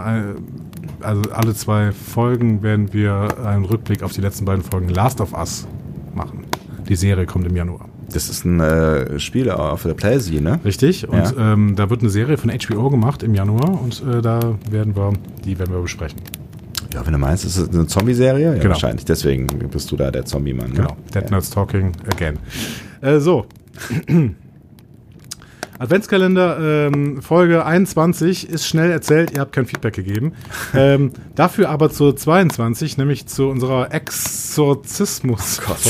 Speaker 2: also alle zwei Folgen, werden wir einen Rückblick auf die letzten beiden Folgen Last of Us machen. Die Serie kommt im Januar.
Speaker 1: Das ist ein äh, Spiel auf der Playsee, ne?
Speaker 2: Richtig. Und ähm, da wird eine Serie von HBO gemacht im Januar und äh, da werden wir, die werden wir besprechen.
Speaker 1: Ja, wenn du meinst, ist es eine Zombie-Serie? Ja,
Speaker 2: Genau.
Speaker 1: wahrscheinlich. Deswegen bist du da der Zombie-Mann. Ne?
Speaker 2: Genau. Dead Nerds Talking Again. Äh, so. [CLEARS THROAT] Adventskalender ähm, Folge 21 ist schnell erzählt, ihr habt kein Feedback gegeben. Ähm, dafür aber zur 22, nämlich zu unserer Exorzismus. Oh [LAUGHS]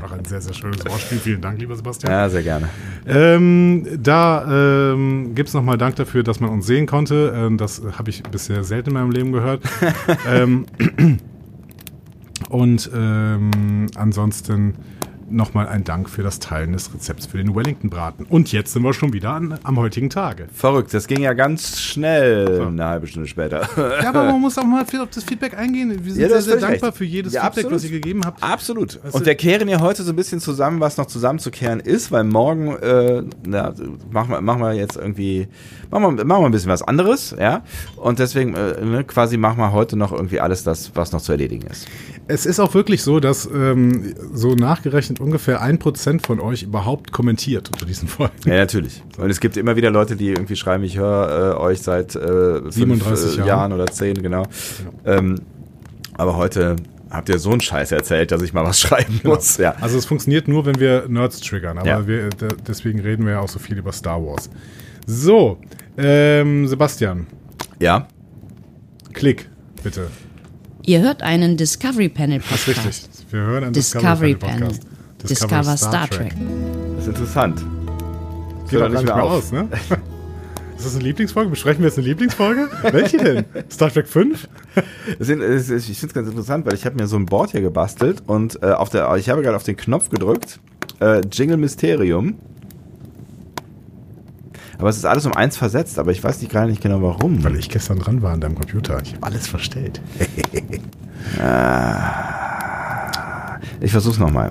Speaker 2: Noch ein sehr, sehr schönes Wortspiel. Vielen Dank, lieber Sebastian.
Speaker 1: Ja, sehr gerne.
Speaker 2: Ähm, da ähm, gibt's nochmal Dank dafür, dass man uns sehen konnte. Ähm, das habe ich bisher selten in meinem Leben [LAUGHS] gehört. ähm, und ähm, ansonsten nochmal ein Dank für das Teilen des Rezepts für den Wellington-Braten. Und jetzt sind wir schon wieder an, am heutigen Tage.
Speaker 1: Verrückt, das ging ja ganz schnell eine halbe Stunde später.
Speaker 2: Ja, aber man muss auch mal auf das Feedback eingehen. Wir sind
Speaker 1: Ja, du
Speaker 2: sehr,
Speaker 1: hast
Speaker 2: sehr
Speaker 1: völlig
Speaker 2: dankbar
Speaker 1: recht.
Speaker 2: für jedes
Speaker 1: Ja,
Speaker 2: Feedback, was ihr
Speaker 1: absolut.
Speaker 2: gegeben habt.
Speaker 1: Absolut.
Speaker 2: du-
Speaker 1: Und wir kehren ja heute so ein bisschen zusammen, was noch zusammenzukehren ist, weil morgen äh, na, machen, wir, machen wir jetzt irgendwie, machen wir, machen wir ein bisschen was anderes, ja. Und deswegen äh, ne, quasi machen wir heute noch irgendwie alles das, was noch zu erledigen ist.
Speaker 2: Es ist auch wirklich so, dass ähm, so nachgerechnet ungefähr ein Prozent von euch überhaupt kommentiert unter diesen Folgen.
Speaker 1: Ja, natürlich. Und es gibt immer wieder Leute, die irgendwie schreiben, ich höre äh, euch seit äh, fünf,
Speaker 2: 37
Speaker 1: äh,
Speaker 2: Jahren.
Speaker 1: Jahren oder zehn, genau. Ähm, aber heute habt ihr so einen Scheiß erzählt, dass ich mal was [LAUGHS] schreiben muss. Ja.
Speaker 2: Also es funktioniert nur, wenn wir Nerds triggern, aber
Speaker 1: Ja.
Speaker 2: wir, d- deswegen reden wir ja auch so viel über Star Wars. So, ähm, Sebastian,
Speaker 1: ja.
Speaker 2: Klick, bitte.
Speaker 5: Ihr hört einen Discovery Panel
Speaker 2: Das ist
Speaker 5: Podcast.
Speaker 2: richtig. Wir hören einen
Speaker 5: Discovery Panel.
Speaker 2: Podcast.
Speaker 5: Discover Star Trek.
Speaker 1: Das ist interessant.
Speaker 2: Geht doch
Speaker 1: Hört
Speaker 2: gar nicht mehr aus, ne? [LAUGHS] Ist das eine Lieblingsfolge? Besprechen wir jetzt eine Lieblingsfolge? Welche denn? Star Trek 5?
Speaker 1: Das sind, es ist, ich finde es ganz interessant, weil ich habe mir so ein Board hier gebastelt und äh, auf der, ich habe gerade auf den Knopf gedrückt, äh, Jingle Mysterium. Aber es ist alles um eins versetzt, aber ich weiß nicht, gar nicht genau warum.
Speaker 2: Weil ich gestern dran war an deinem Computer. Ich habe alles verstellt.
Speaker 1: Ich versuch's nochmal.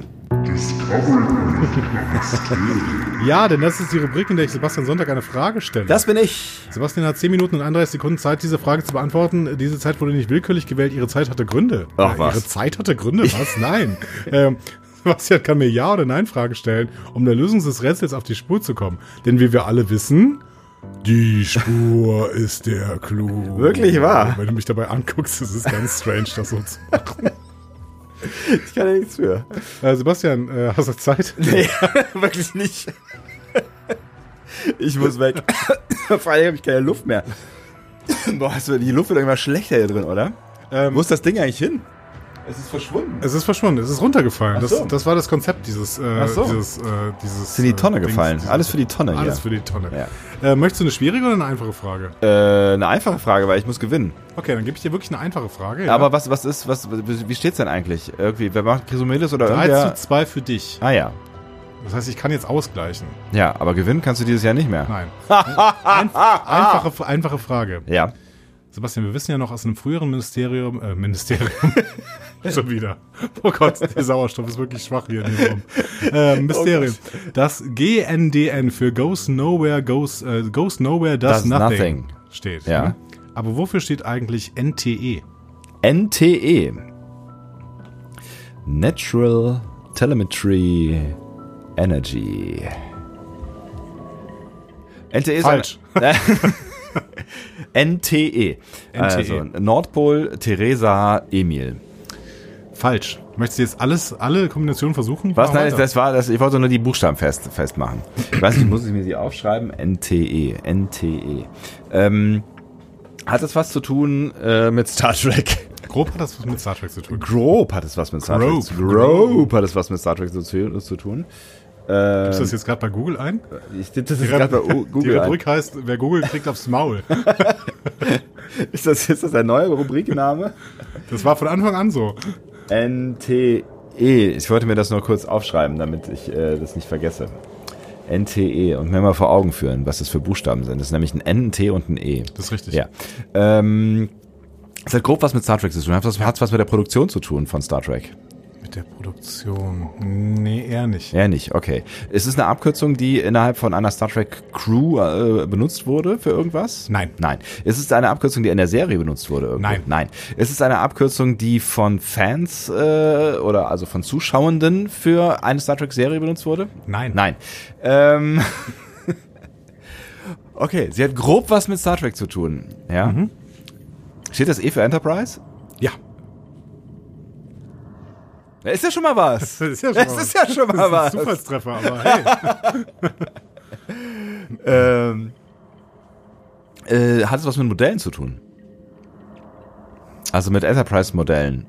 Speaker 2: Ja, denn das ist die Rubrik, in der ich Sebastian Sonntag eine Frage stelle.
Speaker 1: Das bin ich.
Speaker 2: Sebastian hat 10 Minuten und 31 Sekunden Zeit, diese Frage zu beantworten. Diese Zeit wurde nicht willkürlich gewählt. Ihre Zeit hatte Gründe.
Speaker 1: Ach, was.
Speaker 2: Ihre Zeit hatte Gründe?
Speaker 1: [LAUGHS]
Speaker 2: Was? Nein. ähm, Sebastian kann mir Ja- oder Nein-Fragen stellen, um der Lösung des Rätsels auf die Spur zu kommen. Denn wie wir alle wissen,
Speaker 1: [LAUGHS]
Speaker 2: die Spur ist der Clou.
Speaker 1: Wirklich wahr?
Speaker 2: Wenn du mich dabei anguckst, ist es ganz strange, das so zu machen.
Speaker 1: [LAUGHS] Ich kann ja nichts für.
Speaker 2: Äh, Sebastian, äh, hast du Zeit?
Speaker 1: Nee, [LAUGHS] wirklich nicht. Ich muss weg. [COUGHS] Vor allem habe ich keine Luft mehr. [COUGHS] Boah, es wird- die Luft wird immer schlechter hier drin, oder?
Speaker 2: Ähm,
Speaker 1: Wo ist das Ding eigentlich hin? Es ist verschwunden.
Speaker 2: Es ist verschwunden, es ist runtergefallen. Das,
Speaker 1: so.
Speaker 2: das war das Konzept dieses, äh,
Speaker 1: Ach so.
Speaker 2: dieses, äh, dieses.
Speaker 1: Ist in die
Speaker 2: äh,
Speaker 1: Tonne
Speaker 2: Dings,
Speaker 1: gefallen.
Speaker 2: dieses-
Speaker 1: Alles für die Tonne hier.
Speaker 2: Alles für die Tonne. Äh, möchtest du eine schwierige oder eine einfache Frage?
Speaker 1: Äh, eine einfache Frage, weil ich muss gewinnen.
Speaker 2: Okay, dann gebe ich dir wirklich eine einfache Frage. ja.
Speaker 1: Aber was, was ist, was, wie steht's denn eigentlich? Irgendwie, wer macht Chrysomelis oder
Speaker 2: 3
Speaker 1: irgendwer?
Speaker 2: zu 2 für dich.
Speaker 1: Ah ja.
Speaker 2: Das heißt, ich kann jetzt ausgleichen.
Speaker 1: Ja, aber gewinnen kannst du dieses Jahr nicht mehr. [LAUGHS]
Speaker 2: Nein. Ein, einfache, einfache Frage.
Speaker 1: Ja.
Speaker 2: Sebastian, wir wissen ja noch aus einem früheren Ministerium, äh, Ministerium. [LAUGHS] Schon wieder. Oh Gott, der Sauerstoff ist wirklich schwach hier in dem Raum.
Speaker 1: Oh
Speaker 2: Äh, Mysterium. Das GNDN für Goes Nowhere, Goes, äh, goes Nowhere Does,
Speaker 1: Does
Speaker 2: nothing,
Speaker 1: nothing.
Speaker 2: steht. Mhm.
Speaker 1: Ja.
Speaker 2: Aber wofür steht eigentlich E? NTE?
Speaker 1: NTE. E. Natural Telemetry Energy. NTE ist
Speaker 2: Falsch.
Speaker 1: [LAUGHS]
Speaker 2: E.
Speaker 1: Ein, NTE. Also Nordpol Theresa Emil.
Speaker 2: Falsch. Möchtest du jetzt alles, alle Kombinationen versuchen?
Speaker 1: Was?
Speaker 2: Mach
Speaker 1: Nein,
Speaker 2: weiter.
Speaker 1: das war, das, ich wollte nur die Buchstaben fest, festmachen. Ich weiß nicht, muss ich mir die aufschreiben? E, NTE, NTE. Ähm, hat das was zu tun äh, mit Star Trek?
Speaker 2: Grob hat das was mit Star Trek zu
Speaker 1: Ähm,
Speaker 2: tun.
Speaker 1: Grobe hat es was mit Star Trek zu tun.
Speaker 2: Grobe.
Speaker 1: Grobe hat es was mit Star Trek zu, zu tun.
Speaker 2: Ist
Speaker 1: Ähm,
Speaker 2: das jetzt gerade bei Google ein?
Speaker 1: ich tippe das jetzt gerade bei U-
Speaker 2: Die
Speaker 1: Google an.
Speaker 2: Rubrik heißt, wer Google kriegt aufs Maul.
Speaker 1: Ist das, ist das ein neuer Rubrikname?
Speaker 2: Das war von Anfang an so.
Speaker 1: NTE. E. Ich wollte mir das nur kurz aufschreiben, damit ich äh, das nicht vergesse. NTE und mir mal vor Augen führen, was das für Buchstaben sind. Das ist nämlich ein N, ein T und ein E.
Speaker 2: Das ist richtig.
Speaker 1: Ja. Ähm, es hat grob was mit Star Trek zu tun. Hat was, hat's was mit der Produktion zu tun von Star Trek?
Speaker 2: Mit der Produktion. Nee, eher nicht.
Speaker 1: Ja, nicht. Okay. Ist es eine Abkürzung, die innerhalb von einer Star Trek Crew äh, benutzt wurde für irgendwas?
Speaker 2: Nein.
Speaker 1: Nein. Ist es eine Abkürzung, die in der Serie benutzt wurde? Irgendwo?
Speaker 2: Nein.
Speaker 1: Nein. Ist es eine Abkürzung, die von Fans äh, oder also von Zuschauenden für eine Star Trek Serie benutzt wurde?
Speaker 2: Nein.
Speaker 1: Nein. Ähm. [LAUGHS] okay. Sie hat grob was mit Star Trek zu tun. Ja.
Speaker 2: Mhm.
Speaker 1: Steht das E für Enterprise?
Speaker 2: Ja.
Speaker 1: Da ist ja schon mal was.
Speaker 2: [LAUGHS] Das ist ja schon
Speaker 1: Das
Speaker 2: mal
Speaker 1: ist ja schon mal
Speaker 2: Das
Speaker 1: was.
Speaker 2: ist ein Zufallstreffer, aber hey.
Speaker 1: Ähm, äh, hat es was mit Modellen zu tun? Also mit Enterprise-Modellen.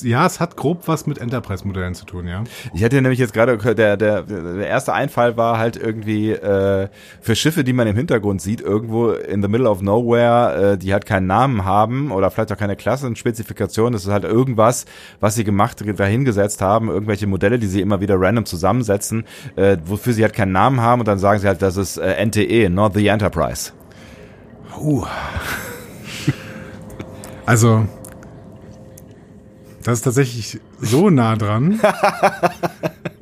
Speaker 2: Ja, es hat grob was mit Enterprise-Modellen zu tun, ja.
Speaker 1: Ich hatte nämlich jetzt gerade, der, der, der erste Einfall war halt irgendwie äh, für Schiffe, die man im Hintergrund sieht, irgendwo in the middle of nowhere, äh, die halt keinen Namen haben oder vielleicht auch keine Klasse und Spezifikation. Das ist halt irgendwas, was sie gemacht, dahingesetzt haben, irgendwelche Modelle, die sie immer wieder random zusammensetzen, äh, wofür sie halt keinen Namen haben und dann sagen sie halt, das ist äh, NTE, not the Enterprise.
Speaker 2: Also, das ist tatsächlich so nah dran.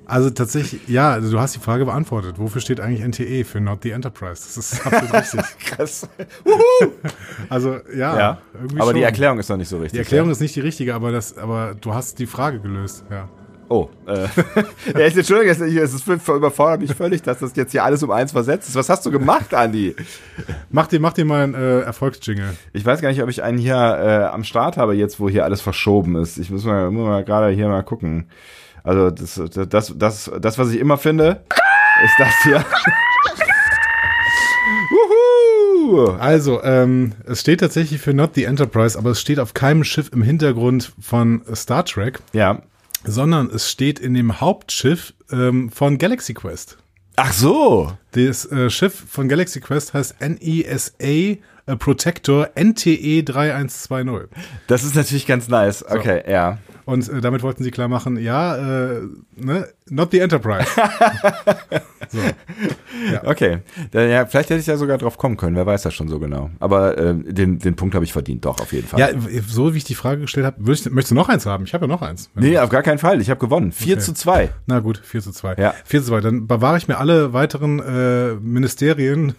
Speaker 2: Also tatsächlich, ja, also du hast die Frage beantwortet. Wofür steht eigentlich NTE für Not the Enterprise? Das ist absolut richtig.
Speaker 1: [LAUGHS] Krass.
Speaker 2: Also, ja,
Speaker 1: Ja,
Speaker 2: irgendwie
Speaker 1: aber die
Speaker 2: schon.
Speaker 1: Erklärung ist noch nicht so richtig.
Speaker 2: Die Erklärung ist nicht die richtige, aber, das, aber du hast die Frage gelöst, ja.
Speaker 1: Oh, äh. [LAUGHS] ja, jetzt, Entschuldigung, jetzt- es ist, es überfordert mich völlig, dass das jetzt hier alles um eins versetzt ist. Was hast du gemacht, Andi?
Speaker 2: Mach dir, mach dir mal einen äh, Erfolgsjingle.
Speaker 1: Ich weiß gar nicht, ob ich einen hier äh, am Start habe, jetzt wo hier alles verschoben ist. Ich muss mal, muss mal gerade hier mal gucken. Also das, das, das, das, was ich immer finde, ist das hier. [LAUGHS] Wuhu! Juhu.
Speaker 2: Also, ähm, es steht tatsächlich für Not the Enterprise, aber es steht auf keinem Schiff im Hintergrund von Star Trek,
Speaker 1: Ja.
Speaker 2: sondern es steht in dem Hauptschiff ähm, von Galaxy Quest.
Speaker 1: Ach so.
Speaker 2: Das äh, Schiff von Galaxy Quest heißt NESA äh, Protector E NTE 3120.
Speaker 1: Das ist natürlich ganz nice. Okay, ja.
Speaker 2: Und äh, damit wollten sie klar machen, ja, äh, ne, not the Enterprise.
Speaker 1: Okay. Da- Ja, vielleicht hätte ich ja sogar drauf kommen können. Wer weiß das schon so genau. Aber ähm, den, den Punkt habe ich verdient, doch, auf jeden Fall.
Speaker 2: ja, so wie ich die Frage gestellt habe, würd ich- möchtest du noch eins haben? Ich habe ja noch eins.
Speaker 1: Nee, auf gar keinen Fall. Ich habe gewonnen. 4 zu 2.
Speaker 2: Na gut, 4 zu 2.
Speaker 1: Ja.
Speaker 2: 4 zu 2, dann bewahre ich mir alle weiteren äh,
Speaker 1: [LAUGHS]
Speaker 2: Ministerien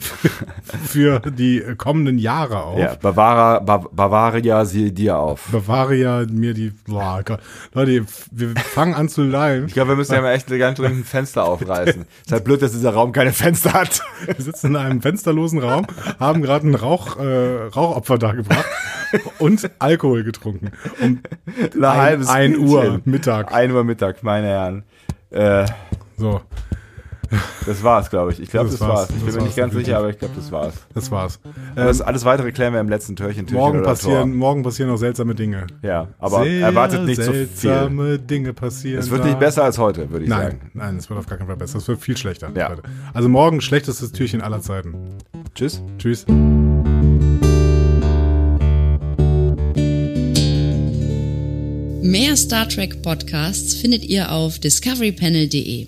Speaker 2: für die kommenden Jahre auf.
Speaker 1: Ja, Bavara, ba Bavaria, sieh dir auf.
Speaker 2: Bavaria, mir die, boah, Gott. Leute, wir fangen an zu leihen.
Speaker 1: Ich glaube, wir müssen ja mal echt ganz dringend ein [LAUGHS] Fenster aufreißen. Ist halt blöd, dass dieser Raum keine Fenster hat.
Speaker 2: Wir sitzen in einem fensterlosen Raum, haben gerade ein Rauch, äh, Rauchopfer dargebracht und Alkohol getrunken. Um
Speaker 1: [LAUGHS] Ein, halbes
Speaker 2: ein
Speaker 1: Bierchen.
Speaker 2: Uhr Mittag.
Speaker 1: 1 Uhr Mittag, meine Herren. Äh,
Speaker 2: so,
Speaker 1: das war's, glaube ich. Ich glaube,
Speaker 2: Das
Speaker 1: das,
Speaker 2: war's.
Speaker 1: war's. Ich bin
Speaker 2: Das
Speaker 1: mir nicht
Speaker 2: war's
Speaker 1: ganz
Speaker 2: definitiv.
Speaker 1: sicher, aber ich glaube, das war's.
Speaker 2: das war's. Äh,
Speaker 1: alles, alles weitere klären wir im letzten Türchen. Türchen
Speaker 2: Morgen
Speaker 1: oder Tor.
Speaker 2: passieren, morgen passieren noch seltsame Dinge.
Speaker 1: Ja, aber erwartet nicht so viel.
Speaker 2: seltsame Dinge passieren.
Speaker 1: Es wird nicht
Speaker 2: da.
Speaker 1: besser als heute, würde ich sagen.
Speaker 2: Nein, nein, es wird auf gar keinen Fall besser. Es wird viel schlechter.
Speaker 1: Ja.
Speaker 2: Leute. Also morgen schlechtestes Türchen aller Zeiten.
Speaker 1: Tschüss.
Speaker 2: Tschüss.
Speaker 5: Mehr Star Trek Podcasts findet ihr auf discoverypanel.de.